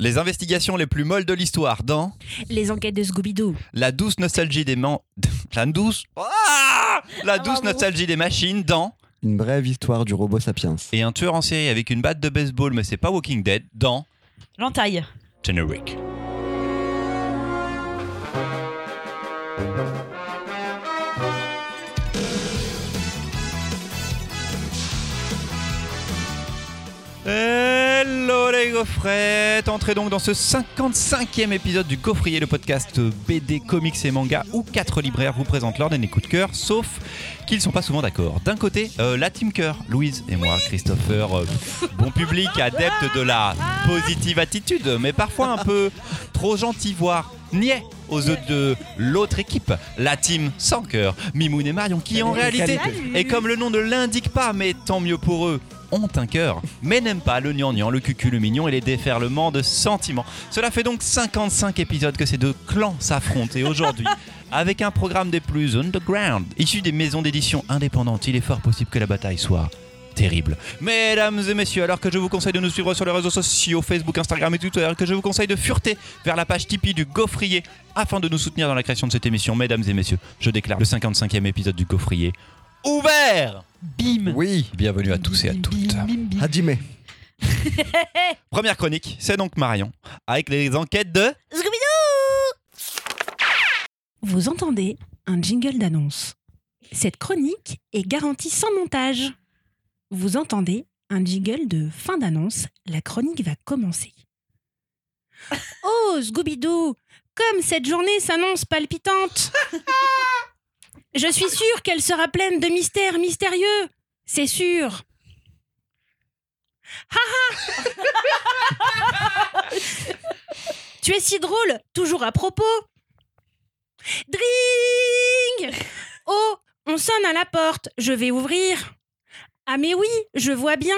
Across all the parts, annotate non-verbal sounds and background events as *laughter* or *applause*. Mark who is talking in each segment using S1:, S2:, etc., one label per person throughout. S1: Les investigations les plus molles de l'histoire dans
S2: Les enquêtes de Scooby-Doo.
S1: La douce nostalgie des man... *laughs* La douce... Ah La douce
S2: bravo.
S1: nostalgie des machines dans...
S3: Une brève histoire du robot sapiens.
S1: Et un tueur en série avec une batte de baseball mais c'est pas Walking Dead dans...
S4: L'entaille.
S1: Generic. Hello les gaufrettes Entrez donc dans ce 55e épisode du Gaufrier, le podcast BD, comics et manga où quatre libraires vous présentent leur dernier coup de cœur, sauf qu'ils sont pas souvent d'accord. D'un côté, euh, la team cœur, Louise et moi, Christopher, euh, bon public, adepte de la positive attitude, mais parfois un peu trop gentil, voire niais aux yeux de l'autre équipe, la team sans cœur, Mimoun et Marion, qui en réalité, et comme le nom ne l'indique pas, mais tant mieux pour eux, ont un cœur, mais n'aiment pas le gnangnan, le cucu, le mignon et les déferlements de sentiments. Cela fait donc 55 épisodes que ces deux clans s'affrontent, et aujourd'hui, avec un programme des plus underground, issu des maisons d'édition indépendantes, il est fort possible que la bataille soit terrible. Mesdames et messieurs, alors que je vous conseille de nous suivre sur les réseaux sociaux, Facebook, Instagram et Twitter, que je vous conseille de fureter vers la page Tipeee du Gaufrier afin de nous soutenir dans la création de cette émission, mesdames et messieurs, je déclare le 55e épisode du Gaufrier ouvert
S4: Bim.
S3: Oui,
S1: Bienvenue à tous et à
S4: Bim,
S1: toutes.
S4: bim, bim, bim.
S3: Hajime.
S1: Première chronique, c'est donc Marion, avec les enquêtes de...
S2: Vous entendez un jingle d'annonce. Cette chronique est garantie sans montage. Vous entendez un jingle de fin d'annonce. La chronique va commencer. Oh, Scooby-Doo Comme cette journée s'annonce palpitante Je suis sûre qu'elle sera pleine de mystères mystérieux. C'est sûr. Ha ha Tu es si drôle, toujours à propos. Dring Oh, on sonne à la porte, je vais ouvrir. Ah mais oui, je vois bien.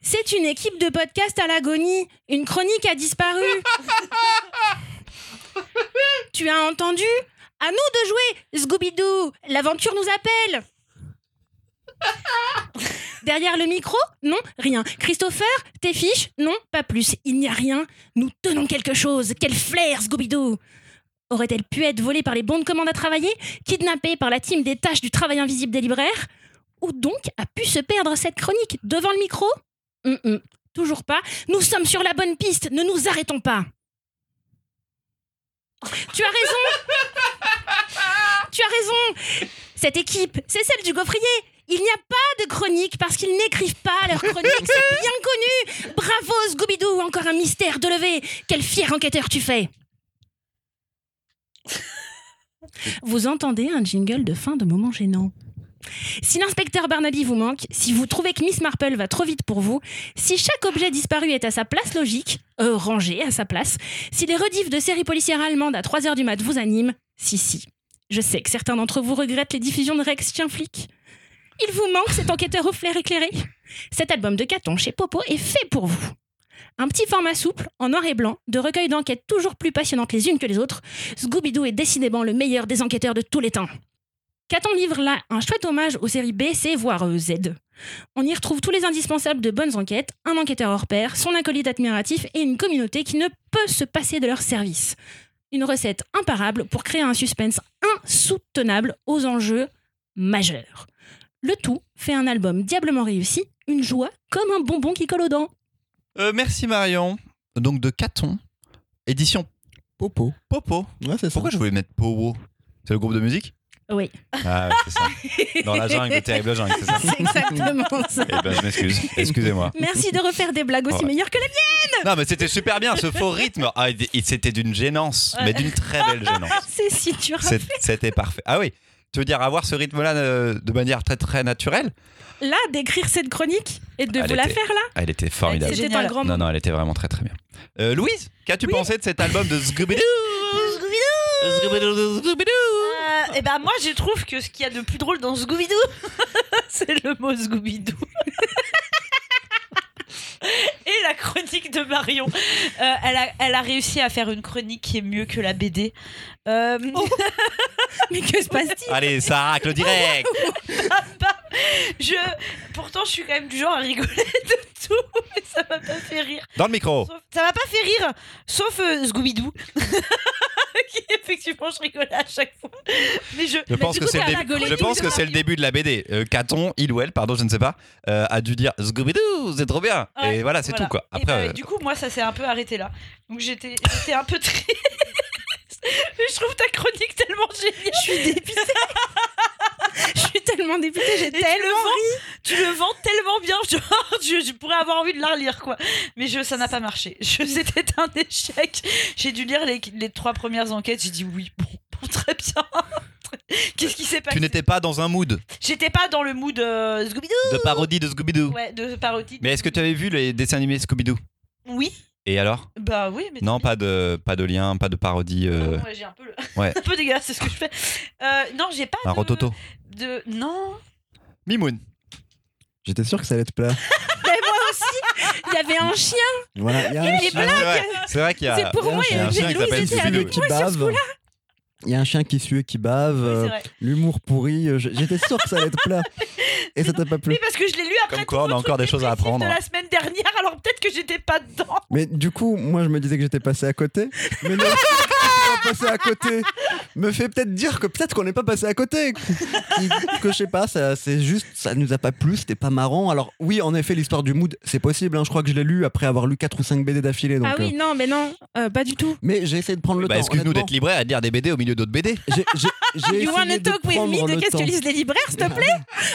S2: C'est une équipe de podcast à l'agonie. Une chronique a disparu. tu as entendu À nous de jouer, Scooby-Doo. L'aventure nous appelle. Derrière le micro Non, rien. Christopher, tes fiches Non, pas plus. Il n'y a rien. Nous tenons quelque chose. Quel flair, Scooby-Doo Aurait-elle pu être volée par les bons de commande à travailler Kidnappée par la team des tâches du travail invisible des libraires Où donc a pu se perdre cette chronique Devant le micro Hum, hum, Toujours pas. Nous sommes sur la bonne piste, ne nous arrêtons pas. Tu as raison Tu as raison Cette équipe, c'est celle du gaufrier il n'y a pas de chronique parce qu'ils n'écrivent pas leurs chroniques, c'est bien connu Bravo Scooby-Doo, encore un mystère de lever Quel fier enquêteur tu fais vous entendez un jingle de fin de moment gênant. Si l'inspecteur Barnaby vous manque, si vous trouvez que Miss Marple va trop vite pour vous, si chaque objet disparu est à sa place logique, euh, rangé à sa place, si les rediffs de séries policières allemandes à 3h du mat vous animent, si si. Je sais que certains d'entre vous regrettent les diffusions de Rex Chien Flic. Il vous manque cet enquêteur au flair éclairé. Cet album de Caton chez Popo est fait pour vous. Un petit format souple, en noir et blanc, de recueil d'enquêtes toujours plus passionnantes les unes que les autres, Scooby-Doo est décidément le meilleur des enquêteurs de tous les temps. Caton livre là un chouette hommage aux séries B, C, voire euh, Z. On y retrouve tous les indispensables de bonnes enquêtes, un enquêteur hors pair, son acolyte admiratif et une communauté qui ne peut se passer de leur service. Une recette imparable pour créer un suspense insoutenable aux enjeux majeurs. Le tout fait un album diablement réussi, une joie comme un bonbon qui colle aux
S4: *laughs*
S2: dents.
S1: Euh, merci Marion. Donc de Caton, édition
S3: Popo.
S1: Popo.
S3: Ouais, c'est ça.
S1: Pourquoi je voulais mettre Powo C'est le groupe de musique
S2: Oui,
S1: Ah ouais, c'est ça. Dans la jungle, terrible jungle, c'est ça
S2: c'est exactement ça.
S1: Eh ben je m'excuse, excusez-moi.
S2: Merci de refaire des blagues aussi
S1: Ouais.
S2: meilleures que les miennes.
S1: Non mais c'était super bien ce faux rythme. Ah, il- il- c'était d'une gênance, mais d'une très belle gênance.
S2: C'est si dur.
S1: C'est- C'était parfait. Ah oui, tu veux dire avoir ce rythme-là euh, de manière très très naturelle
S2: Là, d'écrire cette chronique et de
S1: Elle
S2: vous la
S1: était
S2: faire là,
S1: Ah, Elle était formidable.
S4: Excellent.
S2: c'était
S4: Génial.
S2: un grand
S1: Non
S2: moment.
S1: non, elle était vraiment très très bien. Euh, Louise, qu'as-tu
S4: Oui.
S1: pensé de cet album de Scooby-Doo Scooby-Doo, Scooby-Doo
S4: et ben moi je trouve que ce qu'il y a de plus drôle dans Scooby-Doo, *laughs* c'est le mot Scooby-Doo. *laughs* Et la chronique de Marion. Euh, elle, a, elle a réussi à faire une chronique qui est mieux que la BD. Euh,
S1: Oh.
S2: Mais que se passe-t-il
S4: *laughs*
S1: Allez, ça racle direct.
S4: pas- Je... Pourtant, je suis quand même du genre à rigoler *laughs* de tout, mais ça m'a pas fait rire.
S1: Dans le micro.
S4: Sauf- Ça m'a pas fait rire, sauf euh, Scooby-Doo. *laughs* qui, effectivement, je rigolais à chaque fois. Mais je,
S1: Je
S4: mais
S1: pense
S4: du
S1: que
S4: coup,
S1: c'est
S4: t'as
S1: le
S4: la
S1: début.
S4: gueule
S1: Je
S4: et tout,
S1: pense que c'est le
S4: Mario.
S1: début de la BD. Euh, Caton, Ilwell, pardon, je ne sais pas, euh, a dû dire Scooby-Doo, c'est trop bien.
S4: Ouais,
S1: et voilà, c'est tout quoi.
S4: Et
S1: Après,
S4: bah,
S1: euh,
S4: du coup, moi, ça s'est un peu arrêté là. Donc j'étais j'étais un peu triste. *laughs* Mais je trouve ta chronique tellement géniale.
S2: Je suis dépitée. Je suis tellement dépitée, j'ai
S4: Et tu le
S2: tellement ri.
S4: vends- Tu le vends tellement bien, genre, je, *laughs* je pourrais avoir envie de la relire, quoi. Mais je, ça n'a pas marché. Je- *laughs* C'était un échec. J'ai dû lire les, les trois premières enquêtes. J'ai dit oui, bon, bon, très bien. *laughs* Qu'est-ce qui s'est
S1: tu
S4: passé
S1: n'étais pas dans un mood
S4: J'étais pas dans le mood euh, Scooby-Doo,
S1: de parodie de Scooby-Doo.
S4: ouais, de parodie.
S1: Mais est-ce que tu avais vu les dessins animés Scooby-Doo
S4: Oui,
S1: Et alors
S4: bah oui, mais
S1: Non, pas de, pas de lien, pas de parodie. euh,
S4: Pardon, ouais, j'ai un peu le...
S1: ouais.
S4: *laughs* un peu dégueulasse, c'est ce que je fais. Euh, non, j'ai pas
S1: un
S4: de...
S1: rototo.
S4: de... Non.
S1: Mimoun.
S3: J'étais sûr que ça allait te plaire.
S2: Il y avait un chien.
S3: Voilà, il y a un
S2: les
S4: Ah
S3: chien,
S1: c'est vrai, c'est vrai qu'il y a.
S2: C'est pour
S3: il y a
S2: moi,
S3: un
S2: il y
S3: chien,
S2: a
S3: un chien
S1: qui
S2: j'ai- Louise
S1: s'appelle
S2: était
S1: Scooby-Doo.
S2: avec
S3: qui
S2: moi sur ce
S3: bave.
S2: coup-là.
S3: Il y a un chien qui sue et qui bave.
S4: Oui,
S3: euh,
S4: c'est vrai.
S3: L'humour pourri. euh, je- J'étais sûr que ça allait te plaire.
S2: *laughs*
S3: Et ça t'a pas plu.
S4: Oui, parce que je l'ai lu après
S1: Comme quoi,
S4: tout
S1: on a
S4: le
S1: encore
S4: truc
S1: des choses à
S4: dépressif
S1: apprendre. hein.
S4: de la semaine dernière, alors peut-être que j'étais pas dedans.
S3: Mais du coup, moi, je me disais que j'étais passé à côté. Mais
S2: *laughs*
S3: non, je suis pas passé à côté. Me fait peut-être dire que peut-être qu'on n'est pas passé à côté. Que, que je sais pas, ça, c'est juste, ça nous a pas plu, c'était pas marrant. Alors oui, en effet, l'histoire du mood, c'est possible. hein. je crois que je l'ai lu après avoir lu 4 ou 5 BD d'affilée. donc,
S2: Ah oui,
S3: euh,
S2: non, mais non, euh, pas du tout.
S3: mais j'ai essayé de prendre le
S1: Bah,
S3: temps.
S1: excuse-nous
S3: honnêtement.
S1: d'être libraires à dire des BD au milieu d'autres BD.
S3: J'ai- j'ai- j'ai
S2: You
S3: essayé
S2: wanna
S3: de
S2: talk with
S3: prendre
S2: me
S3: le
S2: de qu'est-ce
S3: temps.
S2: que lisent les libraires, s'il te plaît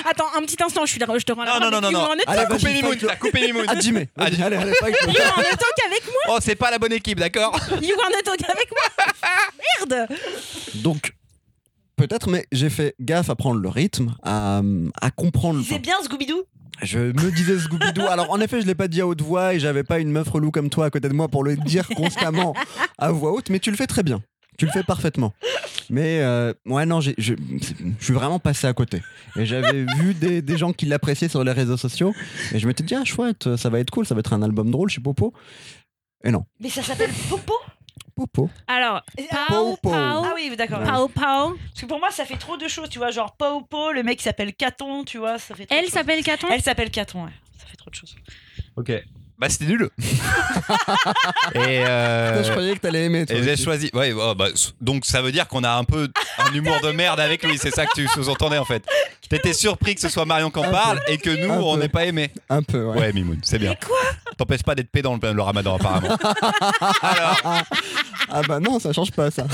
S2: Attends, un petit instant, je, suis là, je te rends la
S1: Non, non, non,
S2: parole, mais
S1: non,
S2: you
S1: non.
S2: wanna talk-
S1: Allez,
S3: vas-y,
S1: coupez Mimoun,
S3: fight-le.
S1: t'as coupé Mimoun.
S3: Ah, Jimé.
S1: Ah, Jimé.
S3: Allez, allez, fight le-
S2: You wanna talk avec moi
S1: Oh, c'est pas la bonne équipe, d'accord
S2: You wanna talk avec moi
S1: *laughs*
S2: Merde
S3: Donc, peut-être, mais j'ai fait gaffe à prendre le rythme, à, à
S1: Mmh.
S3: comprendre.
S4: C'est bien Scooby-Doo.
S3: Je me disais Scooby-Doo. Alors, en effet, je l'ai pas dit à haute voix et j'avais pas une meuf relou comme toi à côté de moi pour le dire
S2: *laughs*
S3: constamment à voix haute, mais tu le fais très bien. Tu le fais parfaitement. Mais euh, ouais, non, j'ai- je je suis vraiment passé à côté. Et j'avais vu des, des gens qui l'appréciaient sur les réseaux sociaux. Et je m'étais dit, ah chouette, ça va être cool, ça va être un album drôle chez Popo. Et non,
S4: Mais ça s'appelle *laughs* Popo.
S3: Popo.
S2: Alors, Pao,
S3: Popo.
S2: Pao,
S4: Ah oui, d'accord.
S2: Pao, Pao.
S4: Parce que pour moi, ça fait trop de choses, tu vois. Genre Popo, le mec qui s'appelle Caton, tu vois. Ça fait trop de
S2: Elle
S4: choses.
S2: s'appelle Caton
S4: Elle s'appelle Caton, ouais. Ça fait trop de choses.
S1: Ok. Bah, c'était
S2: *laughs*
S1: nul. Et. euh,
S3: je croyais que t'allais aimer. toi
S1: Et j'ai
S3: aussi.
S1: choisi. Ouais, oh, bah, s- donc ça veut dire qu'on a un peu
S2: *laughs*
S1: un humour de merde avec lui, c'est ça que tu sous-entendais en fait. T'étais surpris que ce soit Marion qui en
S3: Un
S1: parle et que nous
S3: Un
S1: on
S3: peu.
S1: n'ait pas aimé.
S3: Un peu, ouais.
S1: Ouais, Mimoun, c'est Eh bien. quoi T'empêches pas d'être pédant le, le ramadan
S3: *laughs*
S1: apparemment. Alors,
S3: Ah bah non, ça change pas ça.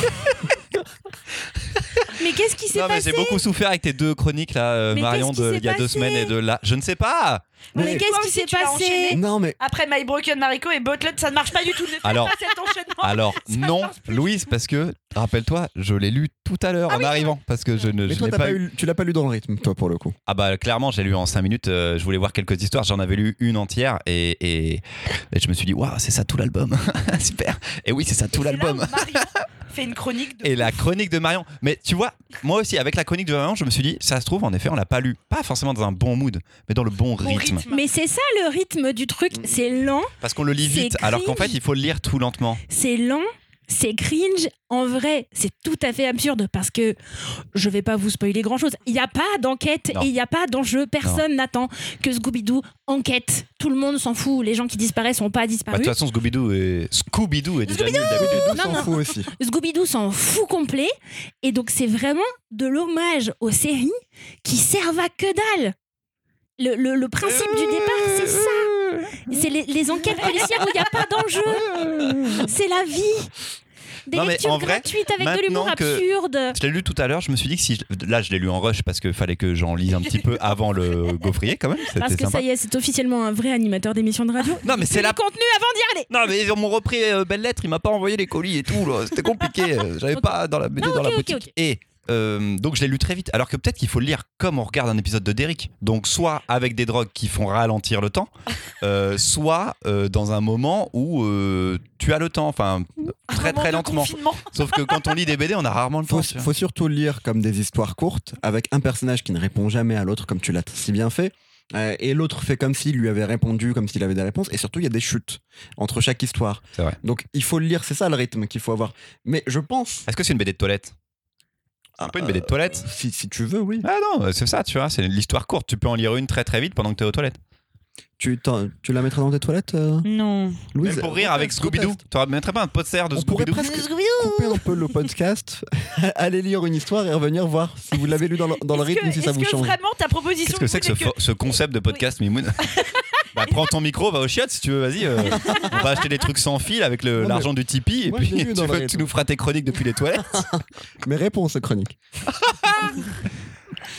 S2: Mais qu'est-ce qui s'est
S1: non, mais
S2: passé
S1: j'ai beaucoup souffert avec tes deux chroniques là, euh,
S2: Mais
S1: Marion,
S2: qu'est-ce qui
S1: de-
S2: s'est
S1: il y a deux
S2: passé
S1: semaines et de là. Je ne sais pas
S2: Mais,
S3: Mais-
S2: qu'est-ce
S4: Toi
S2: qui
S4: aussi,
S2: s'est
S4: tu l'as
S2: passé
S4: enchaîné.
S3: Non mais
S4: Après My Broken Mariko et Botlet, ça ne marche pas du tout. Ne faites
S1: Alors-
S4: pas cet enchaînement.
S1: *laughs* Alors, non, Louise, parce que, rappelle-toi, je l'ai lu tout à l'heure en arrivant, parce que je ne
S3: Mais
S1: je
S3: toi,
S1: n'ai
S3: t'as
S1: pas,
S3: pas
S1: eu.
S3: eu- tu l'as pas lu dans le rythme, toi, pour le coup.
S1: Ah bah clairement, j'ai lu en 5 minutes, euh, je voulais voir quelques histoires, j'en avais lu une entière et, et- et je me suis dit, waouh, c'est ça tout l'album, *laughs* super. Et oui, c'est ça tout
S4: C'est là
S1: l'album.
S4: où Marion fait une chronique de.
S1: Et la chronique de Marion. Mais tu vois, moi aussi, avec la chronique de Marion, je me suis dit, ça se trouve, en effet, on l'a pas lu. Pas forcément dans un bon mood, mais dans le bon,
S4: Bon
S1: rythme.
S2: Mais c'est ça le rythme du truc,
S4: Mm.
S2: c'est lent,
S1: Parce qu'on le lit
S2: C'est
S1: vite, alors qu'en fait,
S2: cringe.
S1: il faut le lire tout lentement.
S2: c'est lent, c'est cringe. En vrai, c'est tout à fait absurde parce que je vais pas vous spoiler grand chose. Il n'y a pas d'enquête
S1: Non.
S2: et il n'y a pas d'enjeu. Personne n'attend que Scooby-Doo enquête. Tout le monde s'en fout. Les gens qui disparaissent n'ont pas
S1: Bah, de
S2: disparu.
S1: toute façon, Scooby-Doo est, Scooby est déjà nul d'habitude.
S3: On
S2: Non,
S3: s'en
S2: non.
S3: fout aussi.
S2: Scooby-Doo s'en fout complet. Et donc, c'est vraiment de l'hommage aux séries qui servent à que dalle. Le, le- le principe du départ, c'est ça. C'est les, les enquêtes policières où il n'y a pas d'enjeu. C'est la vie. Des
S1: Non, mais en
S2: lectures
S1: vrai,
S2: gratuites avec de
S1: maintenant
S2: l'humour
S1: que-
S2: absurde.
S1: Je l'ai lu tout à l'heure, je me suis dit que si. je- Là, je l'ai lu en rush parce qu'il fallait que j'en lise un petit
S2: *laughs*
S1: peu avant le gaufrier quand même.
S2: Parce
S1: C'était
S2: que
S1: sympa.
S2: ça y est, c'est officiellement un vrai animateur d'émission de radio.
S1: Non, mais c'est la
S2: le contenu avant d'y aller.
S1: Non, mais ils m'ont repris euh, Belle Lettre, il m'a pas envoyé les colis et tout, là. c'était compliqué, euh, j'avais
S2: Ok.
S1: pas dans la, BD
S2: Non,
S1: dans la
S2: ok, ok,
S1: boutique.
S2: ok.
S1: Et euh, donc je l'ai lu très vite, alors que peut-être qu'il faut le lire comme on regarde un épisode de Derrick. Donc soit avec des drogues qui font ralentir le
S2: *laughs*
S1: temps, euh, soit euh, dans un moment où euh, tu as le temps, enfin très
S4: Moment
S1: très
S4: de
S1: lentement.
S4: confinement.
S1: Sauf que quand on lit des BD, on a rarement le temps.
S3: Faut,
S1: tu vois.
S3: faut surtout le lire comme des histoires courtes, avec un personnage qui ne répond jamais à l'autre, comme tu l'as si bien fait. euh, et l'autre fait comme s'il lui avait répondu, comme s'il avait des réponses. Et surtout, il y a des chutes entre chaque histoire.
S1: C'est vrai.
S3: Donc, il faut le lire. C'est ça le rythme qu'il faut avoir. Mais je pense. euh,
S1: Est-ce que c'est une BD de toilette C'est Ah, pas une BD de toilette.
S3: Si, si tu veux, oui.
S1: Ah non, c'est ça, tu vois, c'est l'histoire courte. Tu peux en lire une très très vite pendant que t'es aux toilettes.
S3: Tu, t'en- tu la mettras dans tes toilettes, euh,
S4: Non.
S3: Louise
S1: Même pour rire avec
S3: Contexte,
S1: Scooby-Doo.
S3: contexte.
S1: Tu mettrais pas un poster de
S3: On pourrait
S1: Scooby-Doo
S3: presque couper un peu
S4: *laughs*
S3: le podcast, *laughs* aller lire une histoire et revenir voir si vous l'avez lu dans le, dans le
S4: Est-ce
S3: rythme,
S4: que,
S3: si ça
S4: est-ce
S3: vous
S4: que
S3: change.
S4: vraiment ta proposition
S1: Qu'est-ce que c'est que ce,
S4: Mimoun,
S1: fo- ce concept de podcast,
S3: *laughs*
S1: Mimoun Bah prends ton micro, va au chiottes si tu veux, vas-y. euh, on va acheter des trucs sans fil avec le-
S3: Non, mais-
S1: l'argent du Tipeee et
S3: Moi,
S1: puis
S3: je l'ai
S1: tu,
S3: vu dans
S1: veux-
S3: la-
S1: tu nous feras tes chroniques depuis les toilettes.
S3: Mes réponses aux chroniques.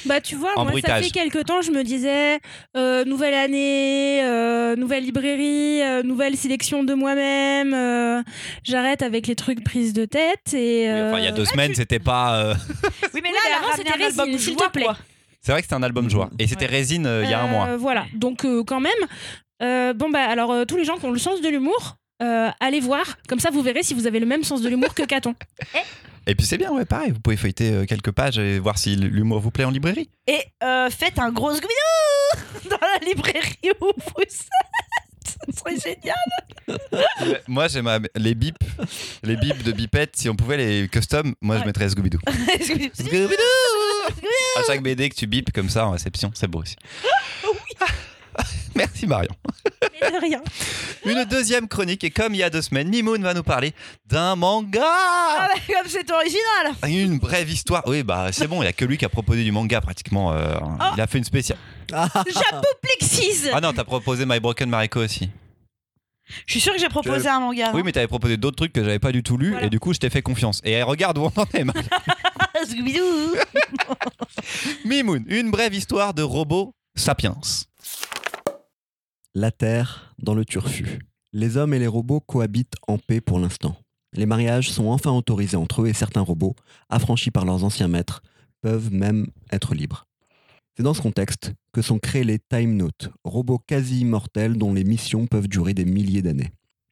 S2: Bah tu vois,
S1: En
S2: moi
S1: bruitage.
S2: ça fait quelques temps je me disais euh, nouvelle année, euh, nouvelle librairie, euh, nouvelle sélection de moi-même. euh, J'arrête avec les trucs prises de tête et.
S1: Oui, enfin, il y a
S2: euh,
S1: deux semaines, c'était pas. euh,
S4: que- Oui, mais là,
S2: Oui, mais
S4: elle a
S2: avant,
S4: ramené
S2: c'était
S4: un album
S2: Résine,
S4: de
S2: s'il te
S4: joie,
S2: plaît.
S4: quoi.
S1: C'est vrai que c'était un album joie. Et c'était
S4: Ouais.
S1: Résine euh, il y a un
S2: euh,
S1: mois.
S2: Voilà, donc euh, quand même. Euh, bon bah alors euh, tous les gens qui ont le sens de l'humour. euh, allez voir, comme ça vous verrez si vous avez le même sens de l'humour que Caton.
S1: Et puis c'est bien, ouais, pareil. Vous pouvez feuilleter euh, quelques pages et voir si l'humour vous plaît en librairie.
S4: Et euh, faites un gros Scooby-Doo *laughs* dans la libraiserie où vous êtes. Ce serait
S1: *laughs*
S4: génial.
S1: moi, j'aime euh, les bips, les bips de bipette. Si on pouvait les custom, moi je
S4: Ouais. Ah,
S1: mettrais Scooby-Doo.
S4: Scooby-Doo
S1: À chaque BD que tu bipes comme ça en réception, c'est beau aussi.
S4: Ah
S1: *laughs* Merci Marion.
S2: *laughs* Mais de rien.
S1: Une deuxième chronique, et comme il y a deux semaines, Mimoun va nous parler d'un manga Ah,
S4: Ah bah, Comme c'est original.
S1: Une brève histoire. Oui, bah c'est bon, il y a que lui qui a proposé du manga pratiquement. euh,
S4: Ah.
S1: Il a fait une spéciale. *laughs*
S4: Plexis.
S1: Ah non, t'as proposé My Broken Mariko aussi.
S4: Je suis sûre que j'ai proposé
S3: Tu
S4: un manga.
S1: Oui, mais t'avais proposé d'autres trucs que j'avais pas du tout lu,
S4: Ah. Voilà.
S1: et du coup, je t'ai fait confiance. Et regarde où on en est, Marion.
S4: Ah, *laughs* Scooby-Doo
S1: Mimoun, une brève histoire de robot sapiens.
S3: La terre dans le turfu. Les hommes et les robots cohabitent en paix pour l'instant. Les mariages sont enfin autorisés entre eux et certains robots, affranchis par leurs anciens maîtres, peuvent même être libres. C'est dans ce contexte que sont créés les Time Notes, robots quasi immortels dont les missions peuvent durer des milliers d'années.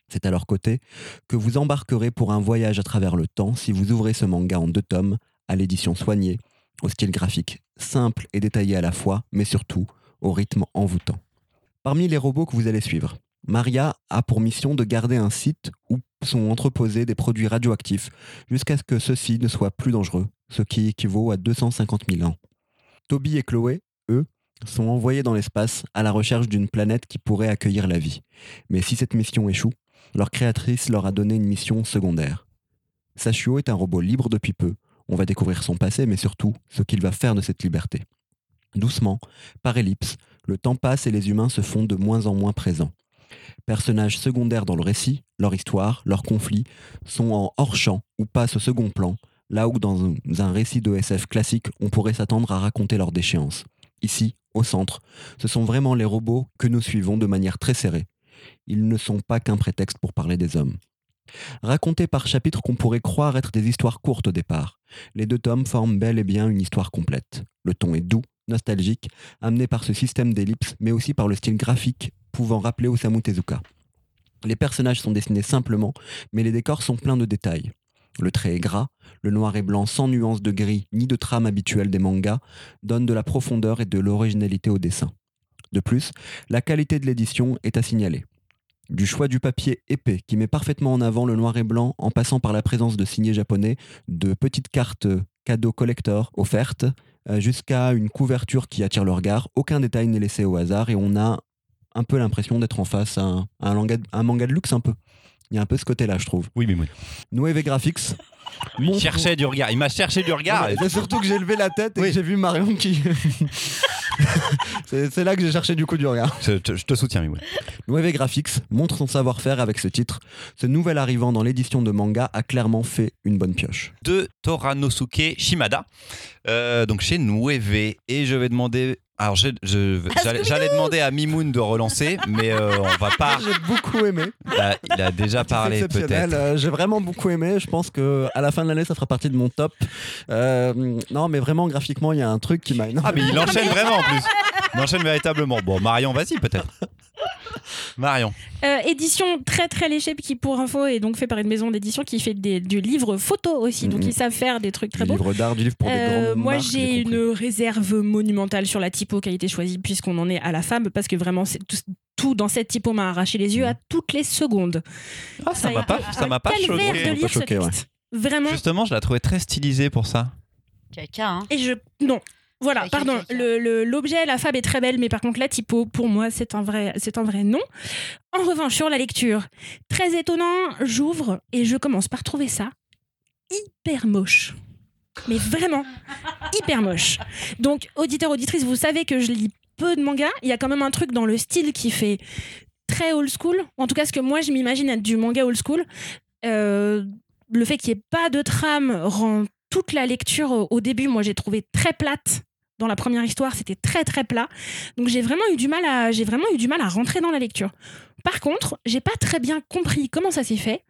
S3: C'est à leur côté que vous embarquerez pour un voyage à travers le temps si vous ouvrez ce manga en deux tomes, à l'édition soignée, au style graphique simple et détaillé à la fois, mais surtout au rythme envoûtant. Parmi les robots que vous allez suivre, Maria a pour mission de garder un site où sont entreposés des produits radioactifs jusqu'à ce que ceux-ci ne soient plus dangereux, ce qui équivaut à 250 000 ans. Toby et Chloé, eux, sont envoyés dans l'espace à la recherche d'une planète qui pourrait accueillir la vie. Mais si cette mission échoue, leur créatrice leur a donné une mission secondaire. Sachio est un robot libre depuis peu. On va découvrir son passé, mais surtout ce qu'il va faire de cette liberté. Doucement, par ellipse, le temps passe et les humains se font de moins en moins présents. Personnages secondaires dans le récit, leur histoire, leurs conflits sont en hors-champ ou passent au second plan, là où dans un- un récit de SF classique, on pourrait s'attendre à raconter leur déchéance. Ici, au centre, ce sont vraiment les robots que nous suivons de manière très serrée. Ils ne sont pas qu'un prétexte pour parler des hommes. Racontés par chapitres qu'on pourrait croire être des histoires courtes au départ, les deux tomes forment bel et bien une histoire complète. Le ton est doux, nostalgique, amené par ce système d'ellipses, mais aussi par le style graphique pouvant rappeler Osamu Tezuka. Les personnages sont dessinés simplement, mais les décors sont pleins de détails. Le trait est gras, le noir et blanc sans nuance de gris ni de trame habituelle des mangas donne de la profondeur et de l'originalité au dessin. De plus, la qualité de l'édition est à signaler. Du choix du papier épais qui met parfaitement en avant le noir et blanc en passant par la présence de signets japonais, de petites cartes cadeaux collector offertes, euh, jusqu'à une couverture qui attire le regard. Aucun détail n'est laissé au hasard et on a un peu l'impression d'être en face à un, à un manga de, un manga de luxe un peu. Il y a un peu ce côté-là, je trouve.
S1: Oui, Mimoun.
S3: Noévé Graphics.
S1: Il
S3: montre-
S1: cherchait du regard, il m'a cherché du regard.
S3: Non, mais c'est surtout que j'ai levé la tête et
S1: Oui.
S3: que j'ai vu Marion qui. *laughs* c'est c'est là que j'ai cherché du coup du regard.
S1: Je te, je te soutiens, Mimoun.
S3: Nueve Graphics montre son savoir-faire avec ce titre. Ce nouvel arrivant dans l'édition de manga a clairement fait une bonne pioche.
S1: de Toranosuke Shimada, euh, donc chez Nueve. Et je vais demander. Alors, je- je- j'allais j'allais demander à Mimoun de relancer, mais euh, on va pas.
S3: J'ai beaucoup aimé.
S1: Il a, il a déjà
S3: C'est
S1: parlé,
S3: exceptionnel.
S1: peut-être.
S3: Euh, J'ai vraiment beaucoup aimé. Je pense que à la fin de l'année, ça fera partie de mon top. Euh, non, mais vraiment graphiquement, il y a un truc qui m'a. énormément-
S1: Ah, mais il enchaîne vraiment en plus. Il enchaîne véritablement. Bon, Marion, vas-y, peut-être. Marion.
S2: Euh, édition très très léchée qui pour info est donc fait par une maison d'édition qui fait des- du livre photo aussi donc
S3: Mhm.
S2: ils savent faire des trucs très
S3: du
S2: beaux.
S3: livre d'art, du livre pour des
S2: Euh,
S3: grandes
S2: moi
S3: marques,
S2: j'ai
S3: compris.
S2: une réserve monumentale sur la typo qui a été choisie puisqu'on en est à la femme parce que vraiment c'est tout, tout dans cette typo m'a arraché les
S3: Mm.
S2: yeux à toutes les secondes.
S1: Ah, ça
S2: y
S1: m'a
S2: a
S1: pas, ça
S2: un
S1: m'a pas
S2: calvaire
S1: choqué.
S2: de
S3: m'a hein. pas
S2: lire ce
S3: choqué, ouais.
S2: texte. Vraiment
S1: Justement, je la trouvais très stylisée pour ça.
S4: Caca, hein.
S2: Et je. Non. Voilà,
S4: Ok,
S2: pardon.
S4: ok, ok.
S2: Le- le- L'objet, la fab est très belle, mais par contre, la typo, pour moi, c'est un vrai, c'est un vrai non. En revanche, sur la lecture, très étonnant, j'ouvre et je commence par trouver ça hyper moche. Mais vraiment, hyper moche. Donc, auditeur, auditrice, vous savez que je lis peu de mangas. Il y a quand même un truc dans le style qui fait très old school. En tout cas, ce que moi, je m'imagine être du manga old school. Euh, le fait qu'il n'y ait pas de trame rend toute la lecture euh, au- au début, moi, j'ai trouvé très plate. Dans la première histoire, c'était très très plat. Donc j'ai vraiment eu du mal à j'ai vraiment eu du mal à rentrer dans la lecture. Par contre, j'ai pas très bien compris comment ça s'est fait.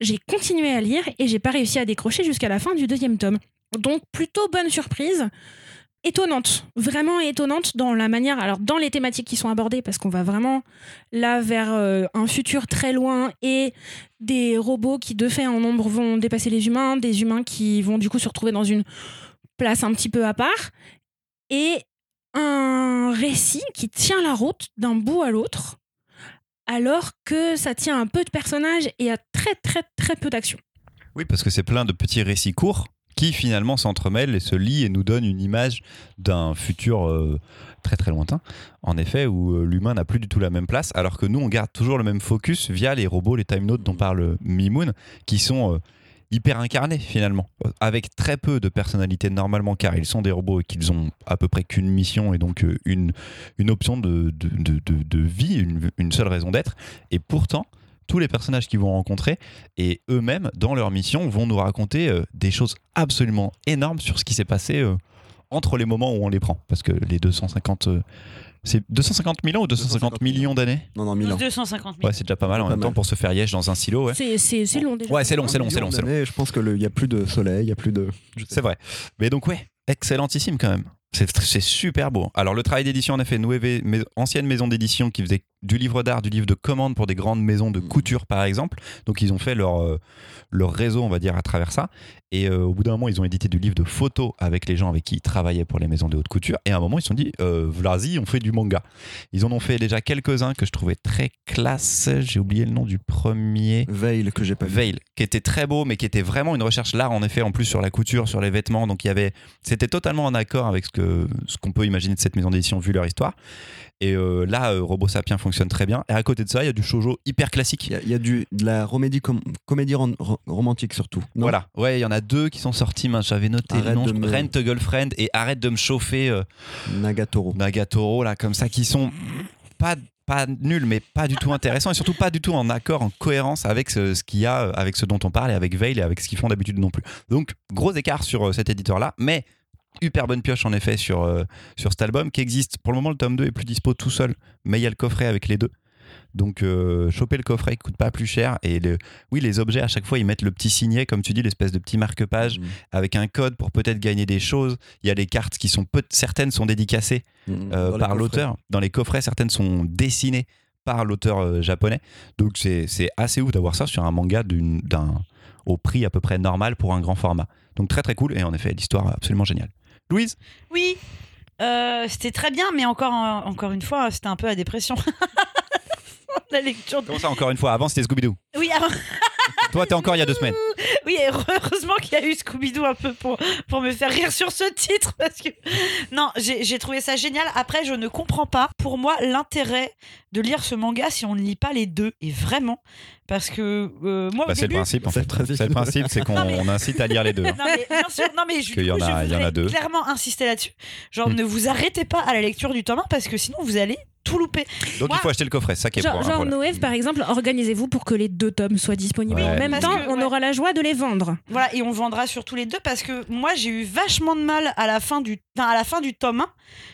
S2: J'ai continué à lire et j'ai pas réussi à décrocher jusqu'à la fin du deuxième tome. Donc plutôt bonne surprise, étonnante, vraiment étonnante dans la manière, alors dans les thématiques qui sont abordées parce qu'on va vraiment là vers euh, un futur très loin et des robots qui de fait en nombre vont dépasser les humains, des humains qui vont du coup se retrouver dans une place un petit peu à part et un récit qui tient la route d'un bout à l'autre alors que ça tient à peu de personnages et à très très très peu d'actions.
S1: Oui, parce que c'est plein de petits récits courts qui finalement s'entremêlent et se lient et nous donnent une image d'un futur euh, très très lointain, en effet, où euh, l'humain n'a plus du tout la même place, alors que nous, on garde toujours le même focus via les robots, les time notes dont parle euh, Mimoun, qui sont euh, hyper incarnés finalement, euh, avec très peu de personnalité normalement, car ils sont des robots et qu'ils ont à peu près qu'une mission et donc euh, une, une option de, de, de- de- de vie, une- une seule raison d'être, et pourtant, tous les personnages qu'ils vont rencontrer et eux-mêmes, dans leur mission, vont nous raconter euh, des choses absolument énormes sur ce qui s'est passé euh, entre les moments où on les prend. Parce que les 250. euh, c'est 250 000 ans ou 250,
S3: 250
S1: millions d'années
S3: Non, non, Milan.
S4: 250 000.
S1: Ouais, c'est déjà pas mal en
S3: Pas
S1: même
S3: mal.
S1: temps pour se faire liège dans un silo, ouais.
S2: C'est- C'est c'est long déjà.
S1: Ouais, c'est long, c'est long, c'est long, c'est long.
S3: Mais je pense qu'il n'y a plus de soleil, il n'y a plus de. je sais
S1: C'est vrai. Mais donc, ouais, excellentissime quand même. C'est tr- c'est super beau. Alors, le travail d'édition, en effet, Nueve, mais- ancienne maison d'édition qui faisait du livre d'art, du livre de commande pour des grandes maisons
S3: Mmh.
S1: de couture, par exemple. Donc, ils ont fait leur, euh, leur réseau, on va dire, à travers ça. Et euh, au bout d'un moment, ils ont édité du livre de photos avec les gens avec qui ils travaillaient pour les maisons de haute couture. Et à un moment, ils se sont dit, euh, vas-y, on fait du manga. Ils en ont fait déjà quelques-uns que je trouvais très classe. J'ai oublié le nom du premier.
S3: Veil que j'ai pas vu.
S1: Veil, qui était très beau, mais qui était vraiment une recherche là, en effet, en plus sur la couture, sur les vêtements. Donc il y avait, c'était totalement en accord avec ce que ce qu'on peut imaginer de cette maison d'édition vu leur histoire. Et euh, là, euh, Robo Sapien fonctionne très bien. Et à côté de ça, il y a du shoujo hyper classique.
S3: Il y a, il y a du, de la romédie com- comédie rom- ro- romantique surtout. Non
S1: Voilà, ouais, il y en a deux qui sont sortis, mince, j'avais noté le
S3: Arrête
S1: nom,
S3: de
S1: je-
S3: me-
S1: Rent a Girlfriend et Arrête de me chauffer euh,
S3: Nagatoro.
S1: Nagatoro, là, comme ça, qui sont pas, pas nuls, mais pas du tout intéressants, et surtout pas du tout en accord, en cohérence avec ce, ce qu'il y a, euh, avec ce dont on parle, et avec Veil, et avec ce qu'ils font d'habitude non plus. Donc, gros écart sur euh, cet éditeur-là, mais hyper bonne pioche en effet sur, euh, sur cet album qui existe. Pour le moment, le tome 2 est plus dispo tout seul, mais il y a le coffret avec les deux. Donc, euh, choper le coffret qui coûte pas plus cher. Et le, oui, les objets, à chaque fois, ils mettent le petit signet, comme tu dis, l'espèce de petit marque-page
S3: Mm.
S1: avec un code pour peut-être gagner des choses. Il y a les cartes qui sont peut certaines sont dédicacées
S3: Mm.
S1: euh,
S3: Dans les
S1: par
S3: coffrets.
S1: l'auteur. Dans les coffrets, certaines sont dessinées par l'auteur euh, japonais. Donc c'est c'est assez ouf d'avoir ça sur un manga d'une- d'un au prix à peu près normal pour un grand format. Donc très très cool et en effet l'histoire absolument géniale. Louise,
S4: Oui, Euh, c'était très bien, mais encore, euh, encore une fois, c'était un peu à dépression. *laughs* La lecture. de-
S1: comment ça encore une fois Avant c'était Scooby-Doo.
S4: Oui, ah,
S1: Toi t'es encore il y a deux semaines.
S4: oui, et heureusement qu'il y a eu Scooby-Doo un peu pour, pour me faire rire sur ce titre. Parce que... Non, j'ai j'ai trouvé ça génial. Après, je ne comprends pas, pour moi, l'intérêt de lire ce manga si on ne lit pas les deux. Et vraiment, parce que euh, moi, au
S1: Bah, c'est le
S4: début,
S1: principe en fait.
S3: C'est le principe.
S1: C'est le principe, c'est qu'on
S4: *laughs* Non, mais-
S1: on incite à lire les deux.
S4: *laughs*
S1: hein.
S4: Non mais, bien sûr, non, mais je,
S1: Qu'il y en
S4: du coup,
S1: a-
S4: je
S1: il y en a
S4: voudrais
S1: deux.
S4: clairement insister là-dessus. Genre,
S1: Hmm.
S4: ne vous arrêtez pas à la lecture du tome 1 parce que sinon vous allez tout louper.
S1: Donc il
S4: Moi-
S1: faut acheter le coffret, c'est ça qui est pour
S2: Genre,
S1: un
S2: genre
S1: problème.
S2: Noël, par exemple, organisez-vous pour que les deux tomes soient disponibles.
S1: Ouais.
S2: En même
S4: Parce
S2: temps,
S4: que,
S2: on
S4: ouais.
S2: aura la joie de les vendre.
S4: Voilà, et on vendra sur tous les deux parce que moi j'ai eu vachement de mal à la fin du, enfin, à la fin du tome 1.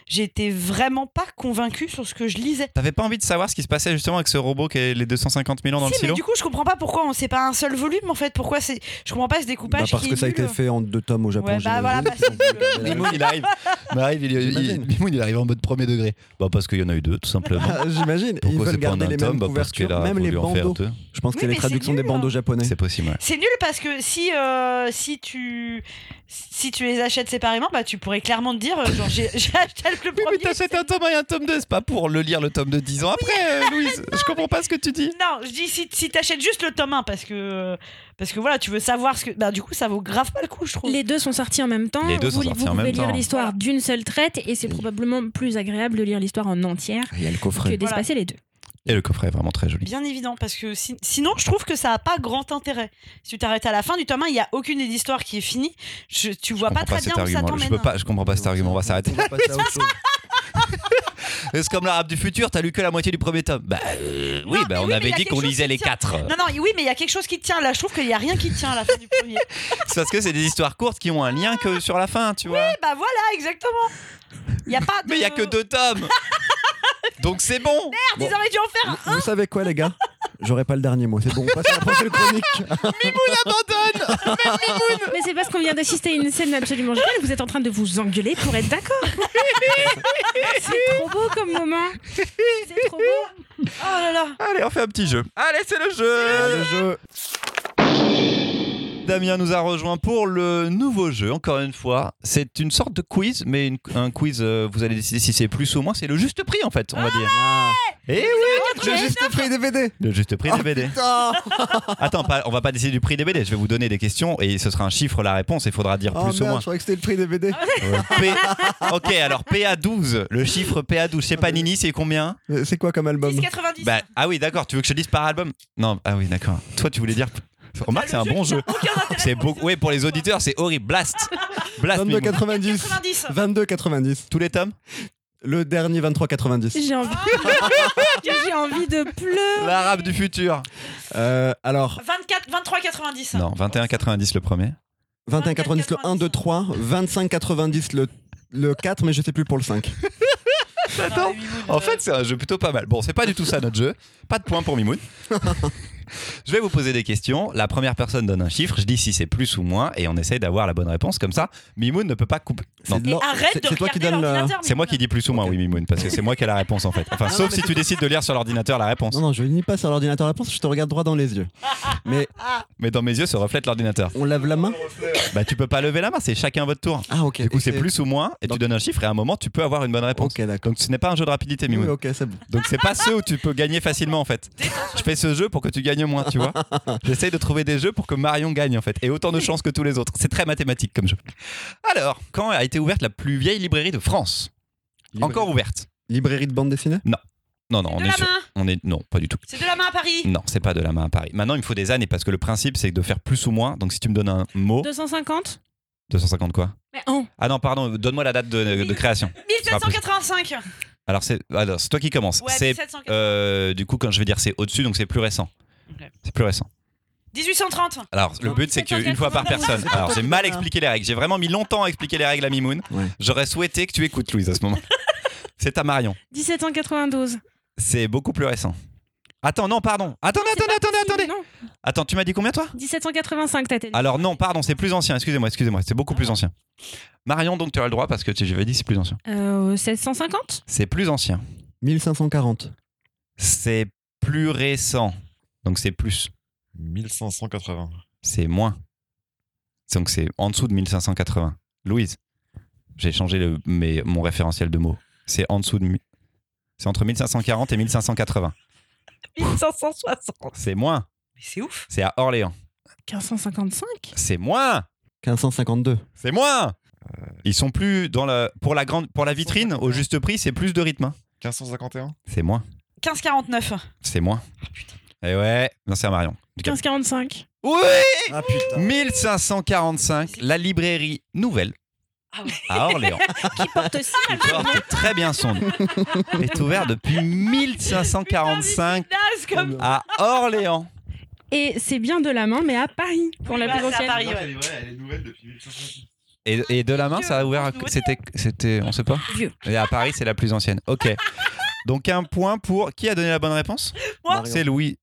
S4: J'étais vraiment pas convaincue sur ce que je lisais.
S1: T'avais pas envie de savoir ce qui se passait justement avec ce robot qui est les 250 000 ans dans
S4: Si,
S1: le
S4: mais
S1: silo
S4: du coup, je comprends pas pourquoi on sait pas un seul volume en fait. Pourquoi c'est. Je comprends pas ce
S3: Bah,
S4: découpage.
S3: parce
S4: qui
S3: que
S4: est
S3: ça a été
S4: nul.
S3: fait en deux tomes au Japon.
S4: Ouais,
S3: j'imagine.
S4: bah, voilà, parce que-
S3: *laughs*
S1: Limoun, il
S4: *laughs*
S1: arrive. Il arrive, il, il-
S3: J'imagine.
S1: Limoun, il arrive en mode premier degré. Bah parce qu'il y en a eu deux, tout simplement.
S3: Ah, J'imagine. Ils
S1: Pourquoi
S3: veulent
S1: c'est pas en
S3: garder
S1: un
S3: les
S1: tome
S3: mêmes
S1: bah, Parce que
S3: couvertures,
S1: là,
S3: même les
S1: en faire
S3: bandeaux.
S1: deux.
S3: Je pense qu'il y
S4: Oui,
S3: a
S4: mais
S3: les traductions
S4: c'est
S3: des
S4: nul.
S3: bandeaux japonais.
S1: C'est possible, ouais.
S4: C'est nul parce que si, euh, si, tu, si tu les achètes séparément, bah, tu pourrais clairement de dire, euh, genre, j'ai j'ai acheté le
S1: Oui, mais
S4: premier.
S1: t'achètes un tome 1 et un tome 2, c'est pas pour le lire le tome de 10 ans après, euh, Louise. Je comprends pas ce que tu dis.
S4: Non, je dis si, si t'achètes juste le tome 1 parce que euh, parce que voilà, tu veux savoir ce que bah du coup ça vaut grave pas le coup, je trouve.
S2: Les deux sont sortis en même temps.
S1: Les deux
S2: vous,
S1: sont sortis
S2: vous
S1: en même
S2: pouvez lire
S1: temps.
S2: l'histoire d'une seule traite et c'est probablement plus agréable de lire l'histoire en entière
S3: Il y a le
S2: que
S3: coffret.
S2: d'espacer les deux.
S1: Et le coffret est vraiment très joli.
S4: Bien évident parce que si- sinon je trouve que ça a pas grand intérêt. Si tu t'arrêtes à la fin du tome 1, il y a aucune des histoires qui est finie. Je- tu vois pas très
S1: cet
S4: bien où ça
S1: argument. Je
S4: t'emmène.
S1: peux pas, je comprends pas cet argument. On va s'arrêter.
S3: va passer à autre chose.
S1: C'est comme l'arabe du futur. T'as lu que la moitié du premier tome. Bah euh, oui,
S4: Non,
S1: bah
S4: mais
S1: on
S4: oui, mais
S1: avait
S4: il y a
S1: dit
S4: quelque
S1: qu'on
S4: chose
S1: lisait
S4: qui
S1: les
S4: tient.
S1: quatre.
S4: Non non, oui, mais il y a quelque chose qui tient là, je trouve qu'il y a rien qui tient à la fin du
S1: *laughs*
S4: premier. Eh
S1: C'est parce que c'est des histoires courtes qui ont un lien que sur la fin, tu vois.
S4: Eh bah voilà, exactement. Il y a pas de Ah,
S1: Mais il y a que deux *laughs* tomes. Donc c'est bon.
S4: Ils auraient dû en faire un.
S3: Vous- Vous savez quoi, les gars J'aurais pas le dernier mot. C'est bon, on passe à la prochaine chronique.
S1: Abandonne.
S2: Mais c'est parce qu'on vient d'assister à une scène absolument géniale. Vous êtes en train de vous engueuler pour être d'accord. c'est trop beau comme moment. C'est trop beau.
S4: Oh là là.
S1: Allez, on fait un petit jeu. Allez, c'est Ah, le jeu.
S3: Le jeu.
S1: Damien nous a rejoint pour le nouveau jeu. Encore une fois, c'est une sorte de quiz, mais une- un quiz. euh, vous allez décider si c'est plus ou moins. C'est le juste prix en fait, on va dire. Et oui, Eh.
S3: Le Ah. juste prix DVD.
S1: le juste prix des BD.
S3: Putain.
S1: Attends, pas- on va pas décider du prix des BD. Je vais vous donner des questions et ce sera un chiffre la réponse. Il faudra dire
S3: Oh
S1: plus ou
S3: merde,
S1: moins.
S3: je croyais que c'était le prix DVD.
S1: Euh, P- ok, alors PA12, le chiffre PA12 chez Panini, c'est combien
S3: Euh, C'est quoi comme album
S4: 10,90.
S1: bah, Ah oui, d'accord, tu veux que je te dise par album Non, ah oui, d'accord. Toi, tu voulais dire. Remarque, c'est un bon jeu. C'est beaucoup. Oui, pour les auditeurs, c'est horrible. Blast Blast mais bon.
S3: 22,90.
S4: 90.
S3: 22,90.
S1: Tous les tomes
S3: Le
S2: *laughs*
S3: dernier 23,90.
S2: J'ai envie, j'ai envie de pleurer.
S1: L'arabe du futur
S3: Euh, alors,
S4: 24, 23,90.
S1: Non, 21,90 le premier.
S3: 21,90 le 1, 2, 3. 25,90 le, le 4, mais je sais plus pour le 5.
S4: Ah, bah,
S1: Attends. En fait, c'est un jeu plutôt pas mal. Bon, c'est pas du tout ça notre jeu. Pas de points pour Mimoun. *laughs* Je vais vous poser des questions. La première personne donne un chiffre. Je dis si c'est plus ou moins et on essaye d'avoir la bonne réponse. Comme ça, Mimoun ne peut pas couper. Non.
S3: de l'or-
S4: arrête
S3: c'est-
S4: de
S3: c'est toi qui
S4: regarder
S3: donne le-
S4: l'ordinateur,
S1: C'est moi qui
S4: Mimoun.
S1: dis plus ou moins,
S3: Ok.
S1: oui, Mimoun, parce que c'est moi qui ai la réponse en fait. Enfin, sauf si tu décides de lire sur l'ordinateur la réponse.
S3: Non, non, je lis pas sur l'ordinateur la réponse, je te regarde droit
S1: *laughs*
S3: dans les yeux. Mais
S1: Mais dans mes yeux se reflète l'ordinateur.
S3: on lève la main
S1: Bah, tu peux pas lever la main, c'est chacun votre tour.
S3: Ah, ok.
S1: Du coup,
S3: Et
S1: c'est plus ou moins et tu
S3: Donc-
S1: donnes un chiffre et à un moment, tu peux avoir une bonne réponse.
S3: Ok, d'accord.
S1: Donc, ce n'est pas un jeu de rapidité,
S3: Oui,
S1: Mimoun.
S3: ok, c'est bon.
S1: Donc c'est pas ceux où tu peux gagner facilement en fait. Je fais ce jeu pour que tu gagnes moins, tu vois. J'essaye de trouver des jeux pour que Marion gagne en fait. Et autant de chances que tous les autres. C'est très mathématique comme jeu. Alors, quand a été ouverte la plus vieille librairie de France Encore ouverte
S3: Librairie de bande dessinée
S1: Non, non, on
S4: De
S1: est
S4: la
S1: sûr.
S4: main.
S1: On est... Non, pas du tout.
S4: C'est de la main à Paris.
S1: Non, c'est pas de la main à Paris. Maintenant, il me faut des années parce que le principe, c'est de faire plus ou moins. Donc, si tu me donnes un mot,
S2: 250
S1: 250 quoi
S2: Mais en.
S1: Ah non, pardon, donne-moi la date de, de création.
S4: 1785.
S1: Alors, c'est alors, c'est toi qui commence.
S4: Ouais,
S1: c'est
S4: 1785.
S1: euh, du coup, quand je vais dire c'est au-dessus, donc c'est plus récent.
S4: Ok.
S1: C'est plus récent. euh,
S4: 1830.
S1: Alors, le but, c'est qu'une fois par personne. Alors, j'ai mal expliqué les règles. J'ai vraiment mis longtemps à expliquer les règles à Mimoun.
S3: Ouais.
S1: J'aurais souhaité que tu écoutes, Louise, à ce moment. C'est à Marion.
S2: 1792.
S1: C'est beaucoup plus récent. Attends, non, pardon. Attendez,
S2: C'est
S1: attendez,
S2: pas
S1: attendez,
S2: possible,
S1: attendez.
S2: non.
S1: Attends, tu m'as dit combien, toi
S2: 1785, t'as télé.
S1: Alors, non, pardon, c'est plus ancien. Excusez-moi, excusez-moi. C'est beaucoup plus ancien. Marion, donc, tu as le droit parce que tu- j'avais dit c'est plus ancien.
S2: Euh, 1750
S1: C'est plus ancien.
S3: 1540.
S1: C'est plus récent. Donc, c'est plus.
S5: 1580.
S1: C'est moins. Donc, c'est en dessous de 1580. Louise, j'ai changé le- mes- mon référentiel de mots. C'est en dessous de. mi- C'est entre 1540 et 1580.
S4: 1560.
S1: C'est moins.
S4: Mais c'est ouf.
S1: C'est à Orléans.
S2: 1555
S1: C'est moins.
S3: 1552.
S1: C'est moins. Ils sont plus dans la pour la grande pour la vitrine au juste prix. C'est plus de rythme. hein.
S5: 1551
S1: C'est moins.
S4: 1549.
S1: C'est moins. Et ouais. Non, c'est à Marion. Du cap-
S2: 1545
S1: Oui.
S3: Ah putain.
S1: 1545. La librairie nouvelle
S4: Ah ouais.
S1: à Orléans.
S2: qui porte si mal
S1: qui porte très bien son nom, est ouvert depuis 1545
S4: Putain, mais c'est naze
S1: *laughs*
S4: comme.
S1: à Orléans.
S2: Et c'est bien de la main, mais à Paris, pour la
S4: Bah,
S2: plus
S4: c'est à
S2: grosse scène.
S4: Paris, ouais.
S5: elle est nouvelle depuis 1500.
S1: Et, et de la main, ça a ouvert. à- C'était, c'était, on sait pas.
S2: Vieux.
S1: Et à Paris, c'est la plus ancienne. Ok. Donc un point pour qui a donné la bonne réponse
S4: Moi.
S3: Marion.
S1: C'est Louis.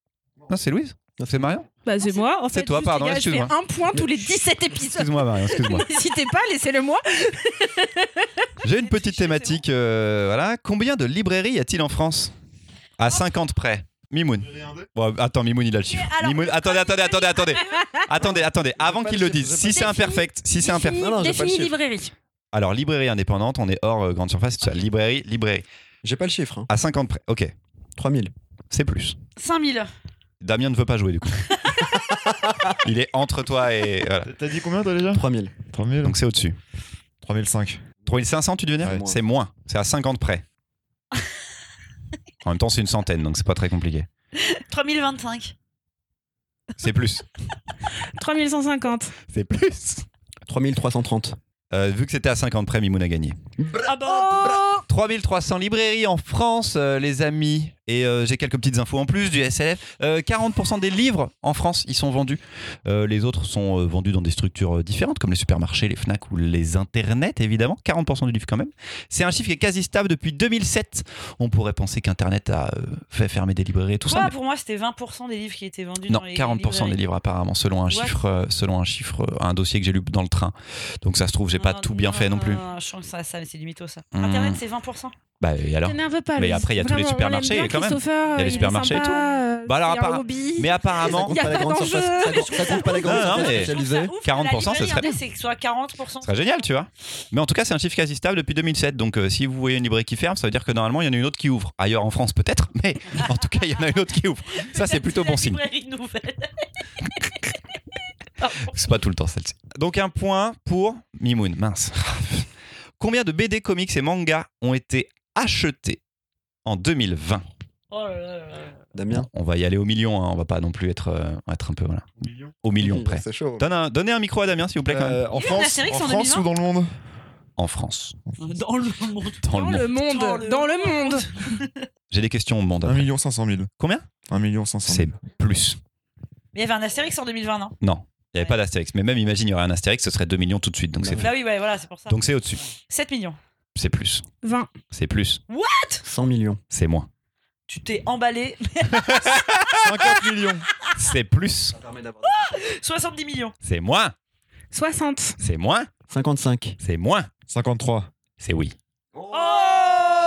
S1: Non, c'est Louise. C'est Marion.
S2: Bah, c'est moi, en fait.
S1: C'est toi,
S2: juste,
S1: pardon,
S2: les gars, Je fais
S1: excuse-moi.
S2: un point tous les 17 épisodes.
S1: Excuse-moi, Marion. Excuse-moi.
S2: *laughs* N'hésitez pas, laissez-le moi.
S1: J'ai une
S4: J'ai
S1: petite
S4: triché,
S1: thématique. euh, voilà. Combien de librairies y a-t-il en France À 50 près. Mimoun. Bon, attends, Mimoun, il a le chiffre.
S4: alors-
S1: Mimoun, attendez, attendez, attendez, attendez. Attendez, attendez. Avant
S3: pas
S1: qu'il
S3: le
S1: le
S3: chiffre,
S1: dise,
S3: j'ai
S1: si
S3: pas
S1: c'est
S2: le chiffre,
S1: imperfect, si c'est imperfect.
S3: Non, non, j'ai pas le
S2: Définis
S3: chiffre.
S2: librairie.
S1: Alors, librairie indépendante, on est hors euh, grande surface, tout ça. Librairie, librairie.
S3: J'ai pas le chiffre. hein.
S1: À 50 près. Ok,
S3: 3000.
S1: c'est plus.
S4: 5000.
S1: Damien ne veut pas jouer du coup. Il est entre toi et. voilà.
S5: T'as dit combien toi déjà
S3: 3000.
S5: 3000
S1: Donc c'est au-dessus.
S5: 3005.
S1: 3500, tu devenais
S3: Ouais.
S1: C'est moins. C'est à 50 près. en même temps, c'est une centaine, donc c'est pas très compliqué.
S4: 3025.
S1: C'est plus.
S2: 3150.
S1: C'est plus.
S3: 3330.
S1: Euh, vu que c'était à 50 près, Mimoun a gagné.
S4: Ah bah.
S1: 3300 librairies en France, euh, les amis. Et euh, j'ai quelques petites infos en plus du SLF. Euh, 40% des livres en France, ils sont vendus. Euh, les autres sont euh, vendus dans des structures euh, différentes, comme les supermarchés, les FNAC ou les internets, évidemment. 40% du livre quand même. C'est un chiffre qui est quasi stable depuis 2007. On pourrait penser qu'Internet a euh, fait fermer des librairies et tout ça.
S4: Quoi,
S1: mais-
S4: pour moi, c'était 20% des livres qui étaient vendus.
S1: Non,
S4: dans les
S1: 40% des
S4: librairies.
S1: livres apparemment, selon un
S4: What
S1: chiffre, euh, selon un chiffre, euh, un dossier que j'ai lu dans le train. Donc ça se trouve, j'ai pas
S4: Non,
S1: tout bien fait non plus.
S4: Je sens que ça, ça c'est du mytho ça.
S1: Hmm.
S4: Internet c'est 20%. *laughs*
S1: Bah et alors
S2: T'énerve pas.
S1: Mais
S2: Louise.
S1: après, il y a tous les
S2: Vraiment, on
S1: supermarchés,
S2: l'aime bien,
S1: quand même.
S2: Christopher,
S1: Il y a les
S2: il est
S1: supermarchés et tout.
S2: sympa, euh,
S1: Bah alors,
S2: c'est un
S1: apparemment-
S2: hobby.
S1: Mais
S3: ça
S1: apparemment,
S3: compte
S2: y a
S3: pas la
S2: pas
S1: *laughs*
S3: grande
S2: d'enjeu.
S3: surface. Ça compte- Ça compte pas la grande
S1: Non, non,
S3: surface
S1: Ah mais-
S4: Je trouve ça
S3: spécialisée.
S4: ouf que
S1: 40%,
S4: la
S1: ça
S4: librairie
S1: serait-
S4: indé, C'est que soit 40%.
S1: Ce serait génial, tu vois. Mais en tout cas, c'est un chiffre quasi stable depuis 2007. Donc, euh, si vous voyez une librairie qui ferme, ça veut dire que normalement, il y en a une autre qui ouvre. Ailleurs en France, peut-être, *laughs* mais en tout cas, il y en a une autre qui ouvre. Ça, c'est plutôt bon signe.
S4: La librairie
S1: *laughs*
S4: nouvelle. Oh, Pardon.
S1: C'est pas tout le temps celle-ci. Donc, un point pour Mimoun. Mince. *laughs* Combien de BD, comics et mangas ont été achetés en 2020
S4: Oh là là là là.
S3: Damien.
S1: On va y aller au million, hein. on va pas non plus être, euh, on va être un peu voilà,
S5: Millions.
S1: au million près.
S3: C'est chaud.
S1: Donne un- donnez un micro à Damien, s'il vous plaît, quand même.
S5: Euh, en
S4: Il y a eu un
S5: France,
S4: Astérix
S5: en
S4: en
S5: France
S4: 2020?
S5: ou dans le monde
S1: En France,
S4: Dans le monde.
S1: dans le monde.
S2: Dans le monde.
S4: Dans le
S2: Dans le monde.
S1: J'ai des questions au monde.
S5: 1
S2: Ah
S1: après.
S5: million 500 000.
S1: Combien
S5: 1 million 500
S1: C'est
S5: 000.
S1: plus.
S4: Mais il y avait un Astérix en 2020 non
S1: Non, il n'y avait
S4: Ouais.
S1: pas d'Astérix. Mais même imagine, il y aurait un Astérix, ce serait 2 millions tout de suite. Donc c'est
S4: Bah oui ouais voilà c'est pour ça.
S1: donc c'est au-dessus.
S4: 7 millions.
S1: C'est plus.
S2: 20.
S1: C'est plus.
S3: 100 millions.
S1: C'est moins.
S4: Tu t'es emballé.
S5: 50 millions.
S1: C'est plus.
S4: 70 millions.
S1: C'est moins.
S2: 60.
S1: C'est moins.
S3: 55.
S1: C'est moins.
S5: 53.
S1: C'est oui.
S4: Oh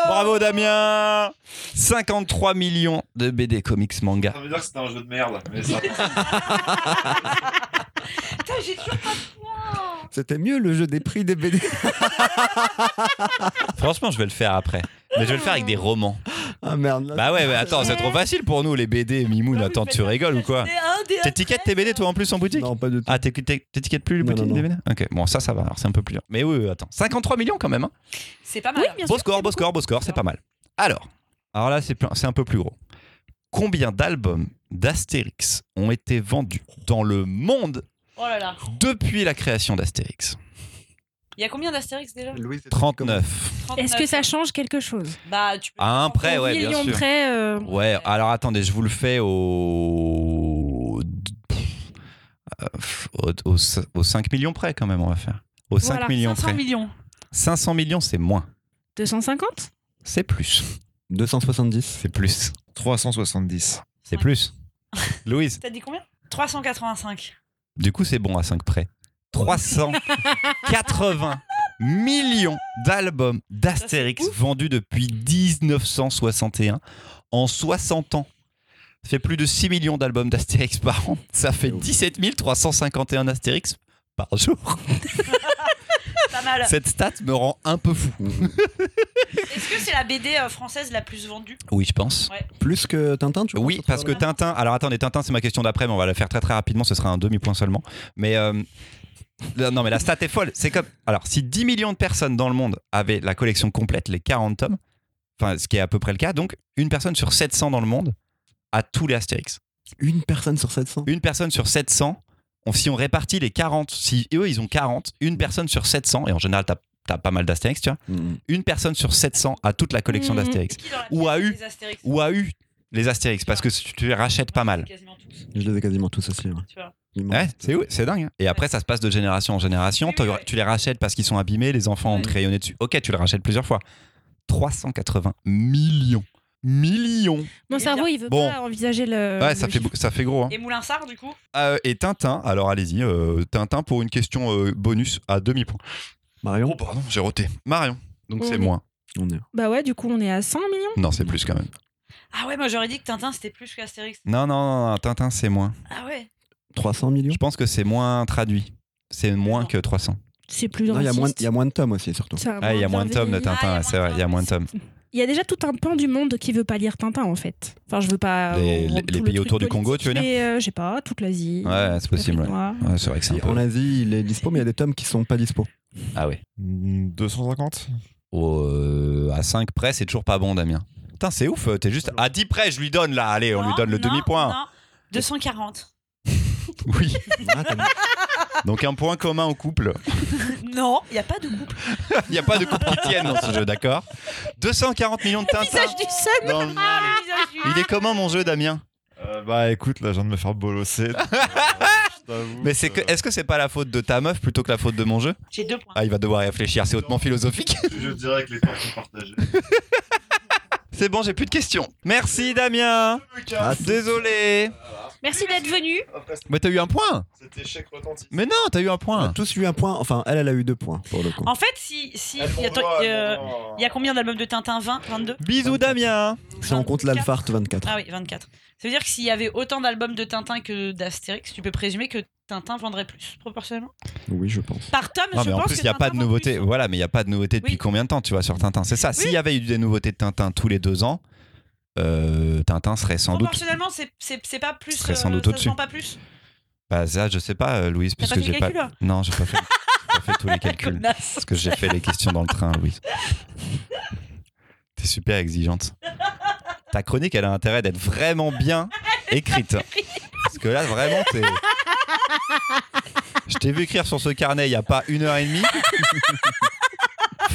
S1: Bravo Damien 53 millions de BD, comics, manga.
S5: veut dire que c'était un jeu de merde. Mais ça...
S4: Putain j'ai toujours pas de points.
S3: C'était mieux le jeu des prix des BD.
S1: Franchement, je vais le faire après. Mais je vais le faire avec des romans.
S3: Ah merde. là,
S1: Bah ouais, mais attends, c'est trop facile pour nous les BD, Mimoun.
S4: Vous
S1: Attends,
S4: faites
S1: tu
S4: la
S1: rigoles ou quoi
S4: C'était un des-
S1: T'étiquettes tes BD toi en plus en boutique
S3: Non, pas du tout.
S1: Ah, t'éc- t'éc- t'étiquettes plus les
S3: Non,
S1: boutiques
S3: non,
S1: des BD Ok, bon, ça, ça va. Alors c'est un peu plus dur. Mais oui, oui, attends. 53 millions quand même. hein.
S4: C'est pas mal.
S2: Oui, bien
S1: Beau
S2: sûr.
S1: score, beau score, beau score, c'est pas mal. Alors, alors là, c'est plein- c'est un peu plus gros. Combien d'albums d'Astérix ont été vendus dans le monde
S4: Oh là là.
S1: depuis la création d'Astérix
S4: Il y a combien d'Astérix déjà
S1: 39.
S4: 39.
S2: Est-ce que ça change quelque chose
S4: Bah tu peux.
S1: À un près,
S2: Au
S1: ouais, bien
S2: million
S1: sûr.
S2: près. euh,
S1: Ouais, alors attendez, je vous le fais au. pff, euh, Au, au, au 5 millions près, quand même, on va faire. Au 5
S2: Voilà,
S1: millions
S4: 500
S1: près.
S4: millions.
S1: 500 millions, c'est moins.
S2: 250
S1: C'est plus.
S3: 270.
S1: C'est plus.
S5: 370.
S1: C'est
S2: *laughs*
S1: plus. Louise,
S4: T'as dit combien 385.
S1: Du coup, c'est bon à 5 près. 380 millions d'albums d'Astérix
S4: Ça, c'est
S1: vendus depuis 1961 en 60 ans. Ça fait plus de 6 millions d'albums d'Astérix par an. Ça fait
S3: C'est ouf.
S1: 17 351 Astérix par jour.
S4: *laughs* Pas mal.
S1: Cette stat me rend un peu fou.
S4: Est-ce que c'est la BD euh, française la plus vendue
S1: Oui, je pense.
S3: Plus que Tintin, tu vois
S1: Oui, parce que Tintin. Alors attendez, Tintin, c'est ma question d'après, mais on va la faire très très rapidement. Ce sera un demi-point seulement. Mais euh, la- non, mais la stat est folle. C'est comme. Alors, si 10 millions de personnes dans le monde avaient la collection complète, les 40 tomes, enfin, ce qui est à peu près le cas, donc une personne sur 700 dans le monde a tous les Astérix.
S3: Une personne sur 700.
S1: Une personne sur 700, on- si on répartit les 40, si eux ils ont 40, une personne sur 700, et en général, t'as t'as pas mal d'Astérix, tu vois,
S3: Mm.
S1: une personne sur 700 a toute la collection
S2: Mhm.
S1: d'Astérix.
S4: Qui dans la
S1: Ou
S4: pièce
S1: a eu-
S4: des Astérix
S1: Ou a eu les Astérix, parce que tu tu les rachètes pas mal.
S4: Quasiment tous,
S3: Je les ai quasiment tous aussi. ouais.
S4: tu vois.
S3: Il m'en
S1: Ouais,
S3: reste.
S1: c'est ouf, c'est dingue. hein. Et après, ça se passe de génération en génération.
S4: Oui,
S1: Tu,
S4: oui, oui.
S1: tu les rachètes parce qu'ils sont abîmés, les enfants ont
S4: Ouais.
S1: crayonné dessus. Ok, tu les rachètes plusieurs fois. 380 millions. Millions.
S2: Mon
S4: Eh
S2: cerveau, il veut
S1: Bon.
S2: pas envisager le.
S1: ouais,
S2: le
S1: ça fait,
S2: chiffre.
S1: beau- ça fait gros. hein.
S4: Et Moulin Sarr, du coup
S1: Euh, et Tintin, alors allez-y, euh, Tintin pour une question euh, bonus à demi-point.
S3: Marion,
S1: Oh, pardon, j'ai roté. Marion. Donc
S2: On
S1: c'est
S2: est-
S1: moins.
S3: on est.
S2: Bah ouais, du coup, on est à 100 millions.
S1: Non, c'est plus quand même.
S4: Ah ouais, moi j'aurais dit que Tintin c'était plus qu'Astérix.
S1: Non, non, non, non, Tintin, c'est moins.
S4: Ah ouais
S3: 300 millions.
S1: Je pense que c'est moins traduit. C'est moins que 300.
S2: C'est plus
S3: Non, Il y, a moins-
S2: raciste.
S3: il y a moins de tomes aussi, surtout.
S2: C'est un
S1: Ah, il y a moins de tomes de
S2: bienvenu.
S1: Tintin, c'est vrai, il y a moins de tomes.
S6: Ah,
S2: Il y a déjà tout un pan du monde qui veut pas lire Tintin en fait. Enfin, je veux pas.
S1: Les- les-
S2: euh, tout
S1: les
S2: le
S1: pays
S2: truc
S1: autour du Congo, tu veux dire
S2: politique, Mais euh, je sais pas, toute l'Asie.
S1: Ouais, c'est possible,
S2: l'Afrique
S1: ouais.
S2: noire.
S1: Ouais, c'est vrai que c'est un
S3: En
S1: peu.
S3: Asie, il est dispo, mais il y a des tomes qui sont
S1: *laughs*
S3: pas dispo.
S1: Ah ouais.
S5: Mm, 250
S1: Oh, euh, à 5 près, c'est toujours pas bon, Damien. Putain, c'est ouf, t'es juste. À 10 près, je lui donne là, allez, on lui
S4: Non,
S1: donne le
S4: non,
S1: demi-point.
S4: non. 240.
S1: *laughs* Oui.
S3: Ah, t'as-
S1: Donc un point commun au couple.
S4: Non, il n'y a pas de couple.
S1: Il n'y a pas de couple qui tienne dans ce jeu, d'accord 240 millions de Tintin.
S4: Visage du seul.
S1: dans le-
S4: Ah, le visage du-
S1: Il est comment mon jeu, Damien
S5: Euh, Bah écoute, là, je viens de me faire *laughs* bolosser. donc, euh, je t'avoue euh,
S1: Mais c'est que, est-ce que c'est pas la faute de ta meuf plutôt que la faute de mon jeu
S4: J'ai deux points.
S1: Ah, il va devoir réfléchir, c'est hautement philosophique. *laughs*
S5: Je dirais que les temps sont partagés.
S1: C'est bon, j'ai plus de questions. Merci, Damien.
S3: Ah, c'est-
S1: Désolé.
S2: Merci d'être venu.
S5: Après, c-
S1: Mais t'as eu un point.
S5: cet échec retentit.
S1: Mais non, t'as eu un
S3: On a
S1: point.
S3: tous eu un point. Enfin, elle, elle a eu deux points pour le coup.
S4: En fait, si. si
S5: Elles
S4: y a-
S5: vont droit, elles
S4: euh,
S5: vont droit.
S4: il y a combien d'albums de Tintin 20, 22
S1: Bisous, Damien.
S3: Si on compte l'Alphart 24.
S4: Ah oui, 24. Ça veut dire que s'il y avait autant d'albums de Tintin que d'Astérix, tu peux présumer que Tintin vendrait plus, proportionnellement.
S3: Oui, je pense.
S4: Par tome,
S1: Non,
S4: je
S1: mais en
S4: pense
S1: plus,
S4: que
S1: il n'y a
S4: Tintin
S1: pas de
S4: vend
S1: nouveauté.
S4: plus.
S1: Voilà, mais il n'y a pas de nouveauté depuis
S4: Oui.
S1: combien de temps, tu vois, sur Tintin C'est ça. S'il y avait eu des nouveautés de Tintin tous les deux ans, euh, Tintin serait sans doute.
S4: Proportionnellement, c'est- c'est c'est pas plus.
S1: Ce serait sans
S4: euh,
S1: doute
S4: ça se
S1: au-dessus.
S4: vend pas plus.
S1: Bah, ça, je sais pas, euh, Louise,
S4: T'as
S1: puisque
S4: pas fait
S1: j'ai
S4: le
S1: pas.
S4: calcul, là
S1: Non, j'ai pas fait, j'ai pas fait
S4: *laughs*
S1: tous les calculs.
S4: Connasse.
S1: Parce que j'ai fait les questions dans le train, Louise. T'es super exigeante. Ta chronique, elle a intérêt d'être vraiment bien écrite. Parce que là, vraiment, t'es. Je t'ai vu écrire sur ce carnet il n'y a pas une heure et demie.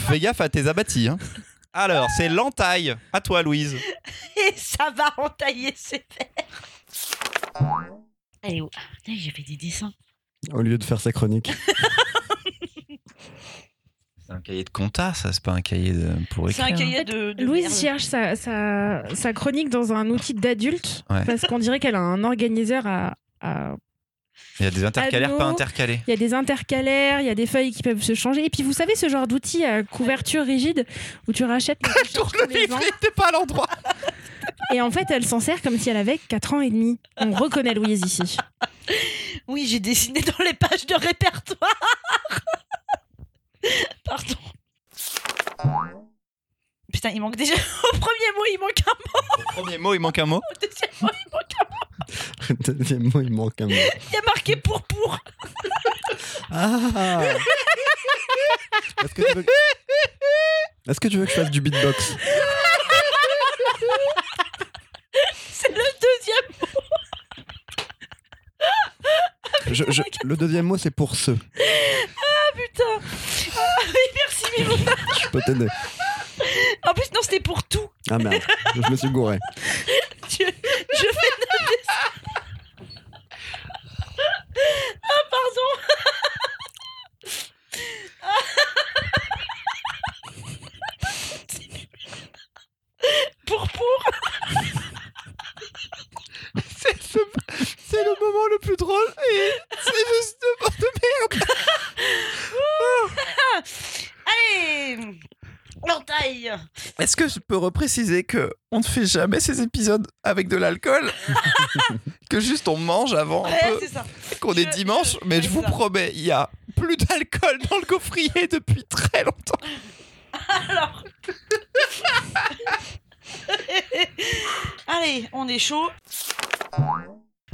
S1: Fais gaffe à tes abattis. hein. Alors, c'est l'entaille. À toi, Louise.
S4: Et ça va entailler ses verres. Allez, où Putain, J'ai fait des dessins.
S3: Au lieu de faire sa chronique. *laughs*
S1: C'est un cahier de compta, ça, c'est pas un cahier pour
S4: C'est un
S1: écrire. hein.
S4: cahier de. de
S6: Louise
S4: merde.
S6: cherche sa, sa- sa chronique dans un outil d'adulte
S1: Ouais.
S6: parce qu'on dirait qu'elle a un organiseur à. à-
S1: Il y a des intercalaires,
S6: Allô
S1: pas intercalés.
S6: Il y a des intercalaires, il y a des feuilles qui peuvent se changer. Et puis vous savez, ce genre d'outil à couverture rigide où tu rachètes
S1: *laughs*
S6: la recherche tous les ans.
S1: n'était pas à l'endroit.
S6: Et en fait, elle s'en sert comme si elle avait 4 ans et demi. On reconnaît Louise
S1: *laughs*
S6: ici.
S4: Oui, j'ai dessiné dans les pages de répertoire. *laughs* Pardon. Putain, il manque déjà. *laughs* Au premier mot, il manque un mot.
S1: Premier mot, il manque un mot.
S4: Au deuxième mot, il manque un mot.
S3: Deuxième mot, il manque un mot.
S4: Il y a marqué pour pour.
S3: Ah Est-ce que, tu veux... Est-ce que tu veux que je fasse du beatbox
S4: C'est le deuxième.
S3: Je- je- Le deuxième mot, c'est pour ceux.
S4: Ah, Merci, Milou.
S3: Je peux t'aider.
S4: En plus, non, c'était pour tout.
S3: Ah merde, je me suis gouré.
S4: Je, je fais notre dessin. Ah, pardon. Pour pour.
S1: C'est le moment le plus drôle et c'est juste
S4: Allez. L'entaille.
S1: Est-ce que je peux repréciser que on ne fait jamais ces épisodes avec de l'alcool Que juste on mange avant un
S4: Ouais,
S1: peu,
S4: c'est ça.
S1: qu'on
S4: je-
S1: est dimanche,
S4: je-
S1: mais
S4: ouais,
S1: je vous
S4: c'est ça.
S1: promets, il y a plus d'alcool dans le gaufrier depuis très longtemps.
S4: Alors. Allez, on est chaud.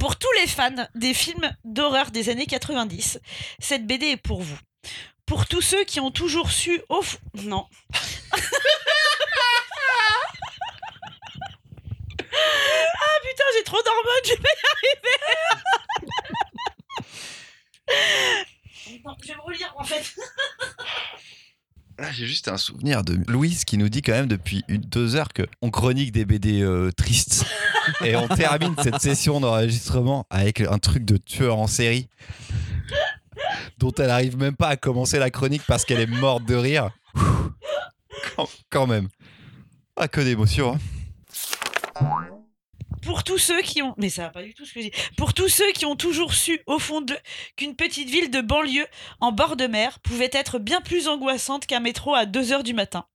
S4: Pour tous les fans des films d'horreur des années 90, cette BD est pour vous. Pour tous ceux qui ont toujours su au fond... *laughs* Non. ah putain, j'ai trop d'hormones, je vais y arriver. Attends, je vais me relire en fait.
S1: Là, j'ai juste un souvenir de Louise qui nous dit quand même depuis une, deux heures que on chronique des BD euh, tristes et on termine cette session d'enregistrement avec un truc de tueur en série dont elle arrive même pas à commencer la chronique parce qu'elle est morte de rire. Ouh. Quand, quand même. Ah, que d'émotion. hein.
S4: pour tous ceux qui ont mais ça va pas du tout ce que j'ai pour tous ceux qui ont toujours su au fond d'eux qu'une petite ville de banlieue en bord de mer pouvait être bien plus angoissante qu'un métro à 2 heures du matin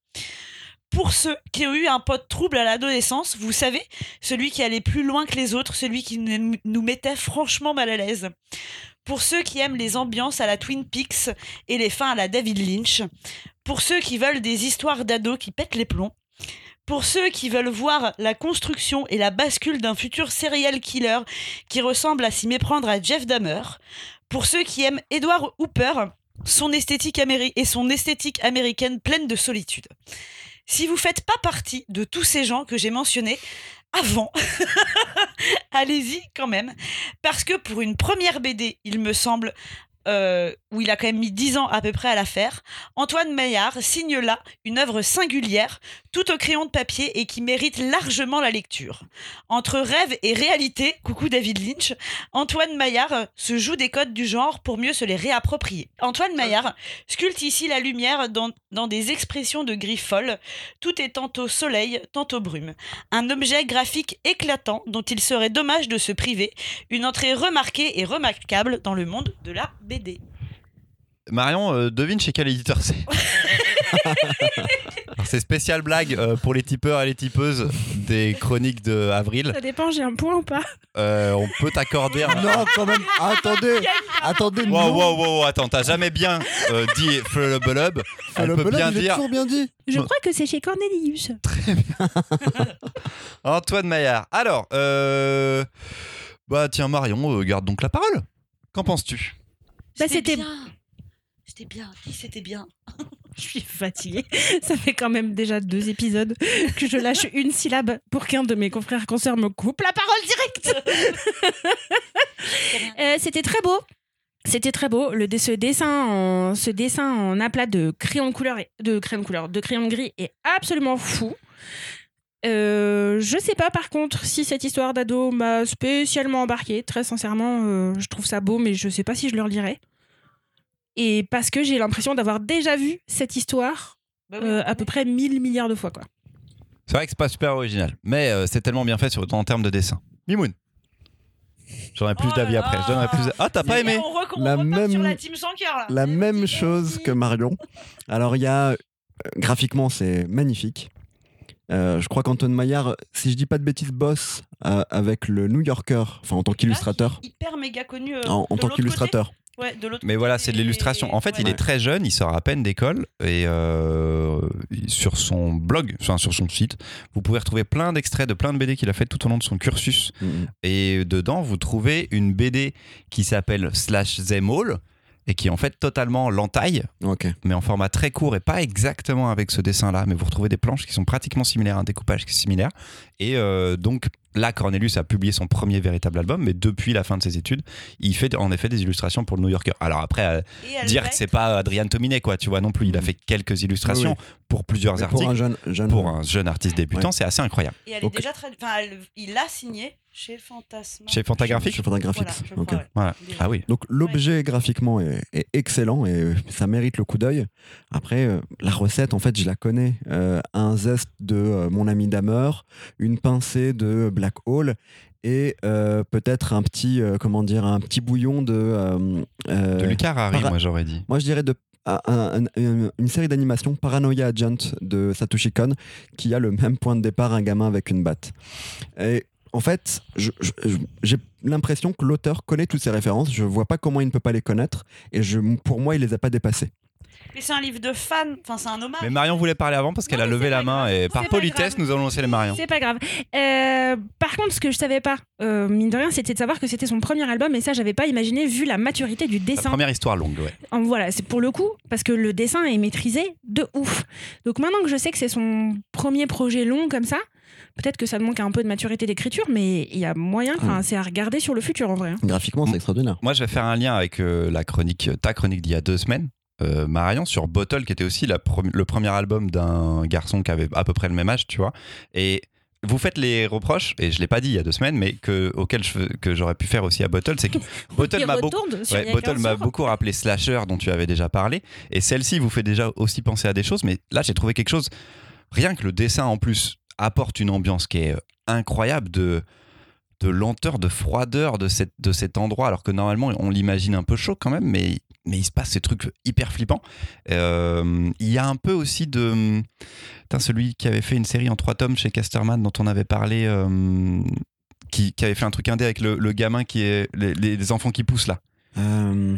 S4: pour ceux qui ont eu un pote trouble à l'adolescence, vous savez, celui qui allait plus loin que les autres, celui qui nous nous mettait franchement mal à l'aise. Pour ceux qui aiment les ambiances à la Twin Peaks et les fins à la David Lynch. Pour ceux qui veulent des histoires d'ados qui pètent les plombs. Pour ceux qui veulent voir la construction et la bascule d'un futur serial killer qui ressemble à s'y méprendre à Jeff Dahmer. Pour ceux qui aiment Edward Hooper, son esthétique améri- et son esthétique américaine pleine de solitude. Si vous faites pas partie de tous ces gens que j'ai mentionnés avant, *laughs* allez-y quand même. Parce que pour une première BD, il me semble, euh, où il a quand même mis 10 ans à peu près à la faire, Antoine Maillard signe là une œuvre singulière, tout au crayon de papier et qui mérite largement la lecture. Entre rêve et réalité, coucou David Lynch, Antoine Maillard euh, se joue des codes du genre pour mieux se les réapproprier. Antoine Maillard sculpte ici la lumière dans, dans des expressions de gris folle, tout est tantôt soleil, tantôt brume. Un objet graphique éclatant dont il serait dommage de se priver, une entrée remarquée et remarquable dans le monde de la BD.
S1: Marion, euh, devine chez quel éditeur c'est. Alors, c'est spécial blague euh, pour les tipeurs et les tipeuses des chroniques de avril.
S2: Ça dépend, j'ai un point ou pas
S1: Euh, on peut t'accorder un.
S3: Ah, Non, quand même. Attendez, attendez.
S1: Wow,
S3: non.
S1: wow, wow, wow, attends, t'as jamais bien euh, dit flubulub.
S3: Ah, le
S1: On peut
S3: belab,
S1: bien
S3: j'ai
S1: dire.
S3: toujours bien dit.
S2: Je
S1: Non.
S2: crois que c'est chez Cornelius.
S1: Antoine Maillard. Alors, euh... bah tiens, Marion, euh, garde donc la parole. Qu'en penses-tu
S2: Bah, c'était-
S4: bien. C'était bien. Qui c'était bien
S2: *laughs* Je suis fatiguée. Ça fait quand même déjà deux épisodes que je lâche une syllabe pour qu'un de mes confrères consoeurs me coupe la parole directe. *laughs* Euh, C'était très beau. C'était très beau. Le, ce, dessin en, ce dessin en aplat de crayon de couleur, et- de crayon de couleur, de crayon gris est absolument fou. Euh, je sais pas par contre si cette histoire d'ado m'a spécialement embarqué. Très sincèrement, euh, je trouve ça beau, mais je sais pas si je le relirai. Et parce que j'ai l'impression d'avoir déjà vu cette histoire
S4: Bah
S2: euh, à peu près 1000 milliards de fois. Quoi.
S1: C'est vrai que c'est pas super original, mais euh, c'est tellement bien fait sur, en termes de dessin. Mimoun. J'aurais plus
S4: Oh
S1: d'avis
S4: là
S1: après.
S4: là.
S1: Je donnerai plus. Ah, t'as pas aimé
S4: On, rec- on
S3: La
S4: repart sur
S3: même-
S4: la team sans cœur là. Euh,
S3: La même chose que Marion. Alors, il y a. euh, Graphiquement, c'est magnifique. Euh, je crois qu'Anton Maillard, si je dis pas de bêtises, bosse euh, avec le New Yorker, enfin en tant qu'illustrateur.
S4: Hyper méga connu. euh,
S3: En, en
S4: de
S3: tant
S4: l'autre
S3: qu'illustrateur.
S4: côté. Ouais, de l'autre
S1: Mais
S4: côté
S1: voilà, c'est de
S4: des-
S1: l'illustration. En fait, il
S4: Ouais.
S1: est très jeune, il sort à peine d'école et euh, il- sur son blog, enfin, sur son site, vous pouvez retrouver plein d'extraits de plein de BD qu'il a fait tout au long de son cursus.
S3: Mm.
S1: Et dedans, vous trouvez une BD qui s'appelle Slash Them All et qui est en fait totalement l'entaille,
S3: Ok.
S1: mais en format très court et pas exactement avec ce dessin-là. Mais vous retrouvez des planches qui sont pratiquement similaires, un découpage qui est similaire. Et euh, donc là, Cornelius a publié son premier véritable album, mais depuis la fin de ses études, il fait en effet des illustrations pour le New Yorker. Alors après, à
S4: Et elle
S1: dire
S4: va
S1: que c'est pas Adrien Tominet, quoi, tu vois, non plus. Il a fait quelques illustrations pour plusieurs
S3: Mm. Mais Pour
S1: articles.
S3: un jeune, jeune-
S1: Pour un jeune artiste débutant, c'est assez incroyable.
S4: Et elle est
S3: Ok.
S4: déjà traduite. Enfin, elle- il l'a signé chez Fantasma.
S1: Chez Fantagraphique
S3: Chez Fantagraphics,
S4: Voilà, je
S3: ok.
S4: crois, ouais.
S1: Voilà. Ah oui.
S3: Donc l'objet graphiquement est, est excellent et euh, ça mérite le coup d'œil. Après, euh, la recette, en fait, je la connais. Euh, un zeste de euh, mon ami Damer, une pincée de Black Hole et euh, peut-être un petit, euh, comment dire, un petit bouillon de. euh, euh,
S1: De Lucas Harry,
S3: para-
S1: moi j'aurais dit.
S3: moi, je dirais de un- un- un- une série d'animation Paranoia Agent de Satoshi Kon qui a le même point de départ un gamin avec une batte. Et en fait, je- je- je- j'ai l'impression que l'auteur connaît toutes ces références. Je vois pas comment il ne peut pas les connaître. Et je, pour moi, il les a pas dépassées.
S4: Mais c'est un livre de fan. Enfin, c'est un hommage.
S1: Mais Marion voulait parler avant parce qu'elle
S2: Non,
S1: a
S2: mais
S1: levé
S2: c'est
S1: la
S2: pas
S1: main
S2: grave.
S1: et
S2: C'est
S1: par
S2: pas
S1: politesse
S2: grave.
S1: nous allons laisser les Marion.
S2: C'est pas grave. Euh, par contre, ce que je savais pas, euh, mine de rien, c'était de savoir que c'était son premier album, et ça, j'avais pas imaginé vu la maturité du
S1: La
S2: dessin.
S1: première histoire longue, ouais.
S2: En voilà, c'est pour le coup, parce que le dessin est maîtrisé de ouf. Donc maintenant que je sais que c'est son premier projet long comme ça, peut-être que ça demande un peu de maturité d'écriture, mais il y a moyen,
S1: Ah.
S2: enfin, c'est à regarder sur le futur en vrai. hein.
S3: Graphiquement, c'est extraordinaire.
S1: Moi je vais faire un lien avec euh, la chronique, ta chronique d'il y a deux semaines. euh, Marion sur Bottle qui était aussi la pre- le premier album d'un garçon qui avait à peu près le même âge tu vois et vous faites les reproches et je l'ai pas dit il y a deux semaines mais que auquel je, que j'aurais pu faire aussi à Bottle
S2: *laughs*
S1: c'est que Bottle
S2: Il
S1: m'a beaucoup
S2: retourne sur
S1: Ouais,
S2: il y a
S1: Bottle
S2: 15
S1: m'a
S2: jours.
S1: beaucoup rappelé Slasher dont tu avais déjà parlé et celle-ci vous fait déjà aussi penser à des choses mais là j'ai trouvé quelque chose rien que le dessin en plus apporte une ambiance qui est euh, incroyable de de lenteur, de froideur de, cette, de cet endroit, alors que normalement on l'imagine un peu chaud quand même, mais, mais il se passe ces trucs hyper flippants. Euh, il y a un peu aussi de... Putain, celui qui avait fait une série en trois tomes chez Casterman dont on avait parlé, euh, qui, qui avait fait un truc indé avec le, le gamin qui est... Les, les- les enfants qui poussent là.
S3: Euh,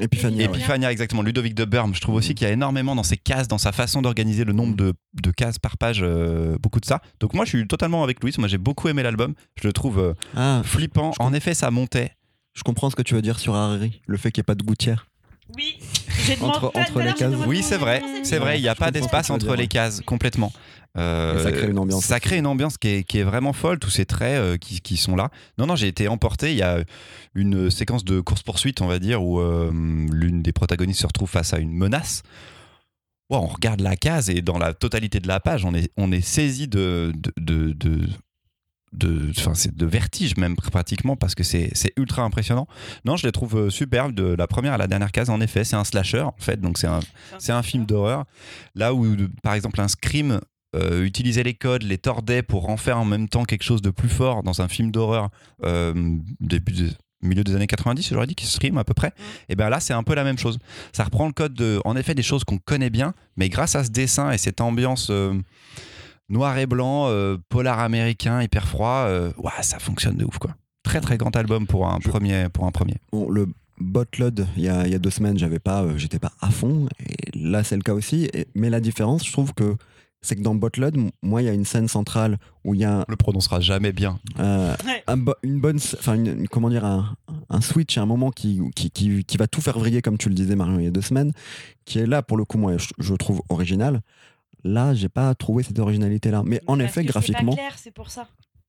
S3: Épiphanie.
S1: Et
S3: ouais. Mm.
S1: Epiphania, exactement. Ludovic de Berme, je trouve aussi qu'il y a énormément dans ses cases, dans sa façon d'organiser le nombre de, de cases par page, euh, beaucoup de ça. Donc moi, je suis totalement avec Louis. Moi, j'ai beaucoup aimé l'album. Je le trouve euh,
S3: Ah,
S1: flippant.
S3: Je
S1: En effet, ça montait.
S3: je comprends ce que tu veux dire sur Harry, le fait qu'il n'y ait pas de gouttière.
S4: Oui, j'ai demandé
S3: Entre-
S4: tout à
S3: entre
S4: l'heure,
S3: les
S4: j'ai
S3: cases.
S4: demandé
S1: Oui,
S4: mon-
S1: c'est vrai.
S4: mon-
S1: C'est vrai. Il n'y a
S3: Je
S1: pas
S3: comprends ce que
S1: d'espace
S3: tu veux
S1: entre
S3: dire,
S1: les
S3: ouais.
S1: cases, complètement. Euh,
S3: Et ça crée une ambiance.
S1: Ça crée une ambiance qui est, qui est vraiment folle, tous ces traits euh, qui, qui sont là. Non, non, j'ai été emporté. Il y a une séquence de course-poursuite, on va dire, où euh, l'une des protagonistes se retrouve face à une menace. Wow, on regarde la case et dans la totalité de la page, on est, on est saisi de. de, de, de de, enfin, c'est de vertige même pr- pratiquement parce que c'est c'est ultra impressionnant non je les trouve euh, superbes de la première à la dernière case en effet c'est un slasher en fait donc c'est un, c'est un film d'horreur là où par exemple un scream euh, utilisait les codes, les tordait pour en faire en même temps quelque chose de plus fort dans un film d'horreur euh, début des- milieu des années 90, j'aurais dit, qui stream à peu près, et bien là c'est un peu la même chose. Ça reprend le code de, en effet, des choses qu'on connaît bien, mais grâce à ce dessin et cette ambiance euh, noir et blanc, euh, polar américain, hyper froid, euh, ouah, ça fonctionne de ouf quoi. Très très grand album pour un premier. Pour un premier.
S3: Bon, le botload, il y a, il y a deux semaines, j'avais pas, euh, j'étais pas à fond. Et là, c'est le cas aussi. Et- mais la différence, je trouve que c'est que dans botload, m- moi, il y a une scène centrale où il y a
S1: On le prononcera jamais bien.
S3: euh,
S4: Ouais.
S3: un bo- une bonne, s- enfin, une- une- comment dire, un, un switch, un moment qui, qui, qui, qui va tout faire vriller, comme tu le disais, Marion, il y a deux semaines, qui est là pour le coup, moi, je, je trouve original. Là, j'ai pas trouvé cette originalité-là. Mais en
S4: Parce
S3: effet,
S4: que
S3: graphiquement,
S4: C'est pas clair, c'est pour ça.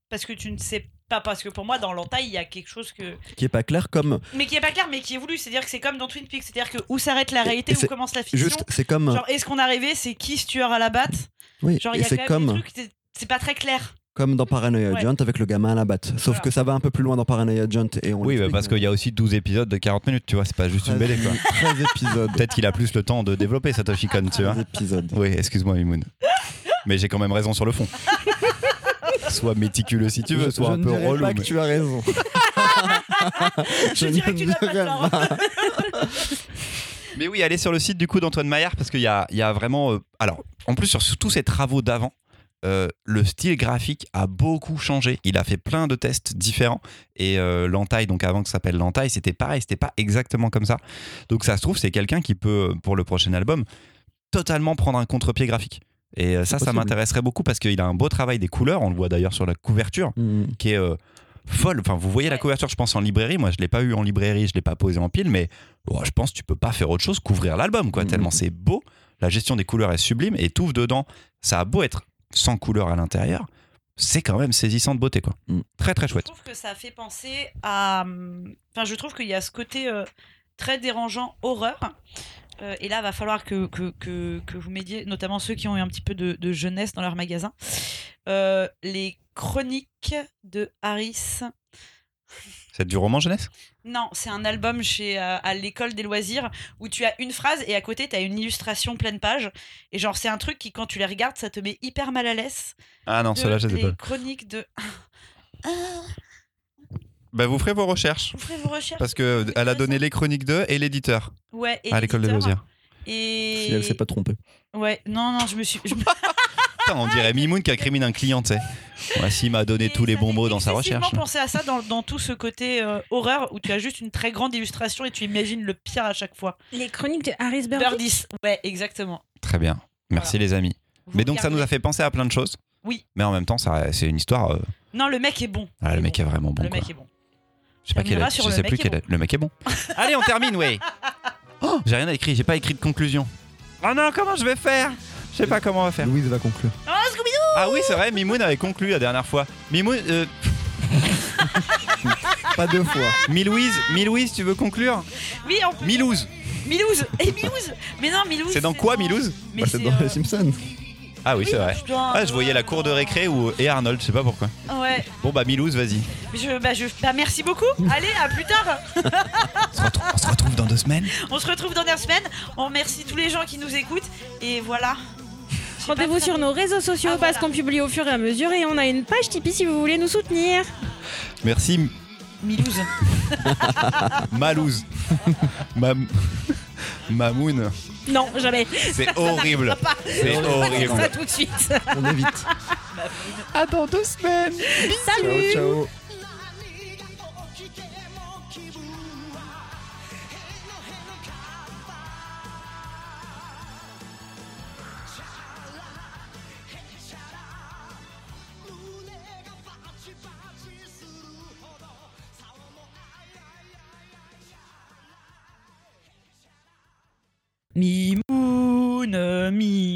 S4: Parce que tu ne sais pas, parce que pour moi, dans l'entaille, il y a quelque chose que.
S3: qui est pas clair, comme
S4: Mais qui est pas clair, mais qui est voulu. C'est-à-dire que c'est comme dans Twin Peaks. C'est-à-dire que où s'arrête la
S3: Et-
S4: réalité,
S3: et
S4: où
S3: c'est
S4: commence la fiction.
S3: juste, c'est comme,
S4: Genre, est-ce qu'on est arrivé C'est qui ce tueur à la batte
S3: oui,
S4: Genre, il
S3: et
S4: y a quand
S3: c'est
S4: même
S3: comme.
S4: des trucs, c'est- c'est pas très clair.
S3: *coughs* Comme dans Paranoia
S4: Ouais.
S3: Agent avec le gamin à la batte. Sauf
S4: Voilà.
S3: que ça va un peu plus loin dans Paranoia Agent. Et on
S1: Oui, bah,
S3: l'explique
S1: parce
S3: dans
S1: qu'il y a aussi 12 épisodes de 40 minutes, tu vois, c'est pas juste une
S3: 13
S1: BD quoi.
S3: 13 Ah, épisodes.
S1: Peut-être qu'il a plus le temps de développer Satoshi Kon, tu vois.
S3: 13 épisodes.
S1: Oui, excuse-moi, Mimoun. Mais j'ai quand même raison sur le
S3: *laughs*
S1: fond. Sois méticuleux si *laughs* tu veux,
S3: Je-
S1: sois
S3: je
S1: un
S3: ne
S1: peu
S3: dirais
S1: relou.
S3: pas que
S1: mais-
S3: tu as raison.
S4: Je dirais que tu n'as pas tort.
S1: Mais oui, allez sur le site du coup d'Antoine Maillard parce qu'il y a, il y a vraiment. euh, alors, en plus, sur tous ses travaux d'avant, euh, le style graphique a beaucoup changé. Il a fait plein de tests différents. Et euh, l'entaille, donc avant que ça s'appelle l'entaille, c'était pareil, c'était pas exactement comme ça. Donc ça se trouve, c'est quelqu'un qui peut, pour le prochain album, totalement prendre un contre-pied graphique. Et euh, ça, ça
S3: possible.
S1: m'intéresserait beaucoup parce qu'il a un beau travail des couleurs. On le voit d'ailleurs sur la couverture
S3: *laughs* Mm.
S1: qui est euh, folle. Enfin, vous voyez la couverture, je pense, en librairie. Moi, je l'ai pas eu en librairie, je l'ai pas posé en pile, mais oh, je pense que tu peux pas faire autre chose qu'ouvrir l'album, quoi.
S3: Mhm.
S1: Tellement c'est beau. La gestion des couleurs est sublime et tout dedans, ça a beau être sans couleur à l'intérieur, c'est quand même saisissant de beauté, quoi.
S3: Mhm.
S1: Très très chouette.
S4: Je trouve que ça fait penser à. euh, Enfin, je trouve qu'il y a ce côté euh, très dérangeant horreur. Euh, et là, va falloir que, que, que, que vous m'aidiez, notamment ceux qui ont eu un petit peu de, de jeunesse dans leur magasin. Euh, les chroniques de Harris.
S1: C'est du roman jeunesse
S4: Non, c'est un album chez euh, à l'école des loisirs où tu as une phrase et à côté tu as une illustration pleine page et genre c'est un truc qui quand tu les regardes ça te met hyper mal à l'aise.
S1: Ah non,
S4: De-
S1: cela je sais
S4: les
S1: pas.
S4: chroniques de *laughs*
S1: Bah, vous ferez vos recherches
S4: vous ferez vos recherches
S1: parce que euh, elle a donné les chroniques 2 et l'éditeur
S4: ouais, et
S1: à l'école des
S4: l'éditeur.
S1: loisirs.
S4: Et
S3: Si elle s'est pas trompée.
S4: Ouais, non, non, je me suis.
S1: *laughs*
S4: je me- Ah,
S1: Putain, on dirait Mimoun qui incrimine un client,
S4: *laughs*
S1: tu sais. Ouais, s'il m'a donné tous les
S4: ça
S1: bons
S4: fait
S1: mots dans sa
S4: excessivement
S1: recherche.
S4: pensé à ça dans, dans tout ce côté euh, horreur où tu as juste une très grande illustration et tu imagines le pire à chaque fois.
S6: Les chroniques de Harris Birdie.
S4: Birdis. Ouais, exactement.
S1: Très bien. Merci les amis.
S4: Vous
S1: Mais donc ça nous a
S4: regardez-
S1: fait penser à plein de choses.
S4: Oui.
S1: Mais en même temps, ça, c'est une histoire. euh,
S4: Non, le mec est bon.
S1: ah,
S4: Il
S1: le
S4: est
S1: mec
S4: bon.
S1: est vraiment bon.
S4: Le
S1: quoi.
S4: mec est bon.
S1: Je sais pas
S4: Ça
S1: quel
S4: m'ira
S1: est-
S4: sur
S1: je
S4: le
S1: sais
S4: mec
S1: plus
S4: est
S1: quel est- Le mec *laughs* est bon. Allez, on termine, ouais. Oh, j'ai rien écrit. J'ai pas écrit de conclusion. Oh non, comment je vais faire Je sais pas comment on va faire.
S3: Louise va conclure.
S1: Ah oui, c'est vrai. Mimoun avait conclu la dernière fois. Mimoun, euh,
S3: *laughs* Pas deux fois.
S1: Milouise, Milouise, tu veux conclure
S4: Oui, on peut.
S1: Milouze.
S4: Milouze Et Milouze eh, Mais non, Milouze
S1: C'est dans quoi Milouze
S4: Mais
S3: Bah, c'est dans
S4: euh,
S3: les Simpsons.
S1: Ah oui, c'est vrai.
S4: putain,
S1: Ah, je voyais la cour de récré ou et Arnold, je sais pas pourquoi.
S4: Ouais.
S1: Bon bah Milouze, vas-y.
S4: Je, bah, je, bah, merci beaucoup. Allez, à plus tard.
S1: On se retrouve- on se retrouve dans deux semaines.
S4: On se retrouve dans deux semaines. On remercie tous les gens qui nous écoutent. Et voilà.
S6: Rendez-vous sur nos réseaux sociaux
S4: Ah,
S6: parce
S4: voilà.
S6: qu'on publie au fur et à mesure et on a une page Tipeee si vous voulez nous soutenir.
S1: Merci
S4: Milouze.
S1: Malouz. *laughs* Mam... *laughs* Mamoun.
S6: Non, jamais.
S1: C'est horrible. C'est
S6: Dire ça
S1: horrible.
S6: tout de suite.
S4: *laughs*
S3: On évite.
S1: À dans deux semaines.
S3: ciao, ciao.
S4: ミムーンミ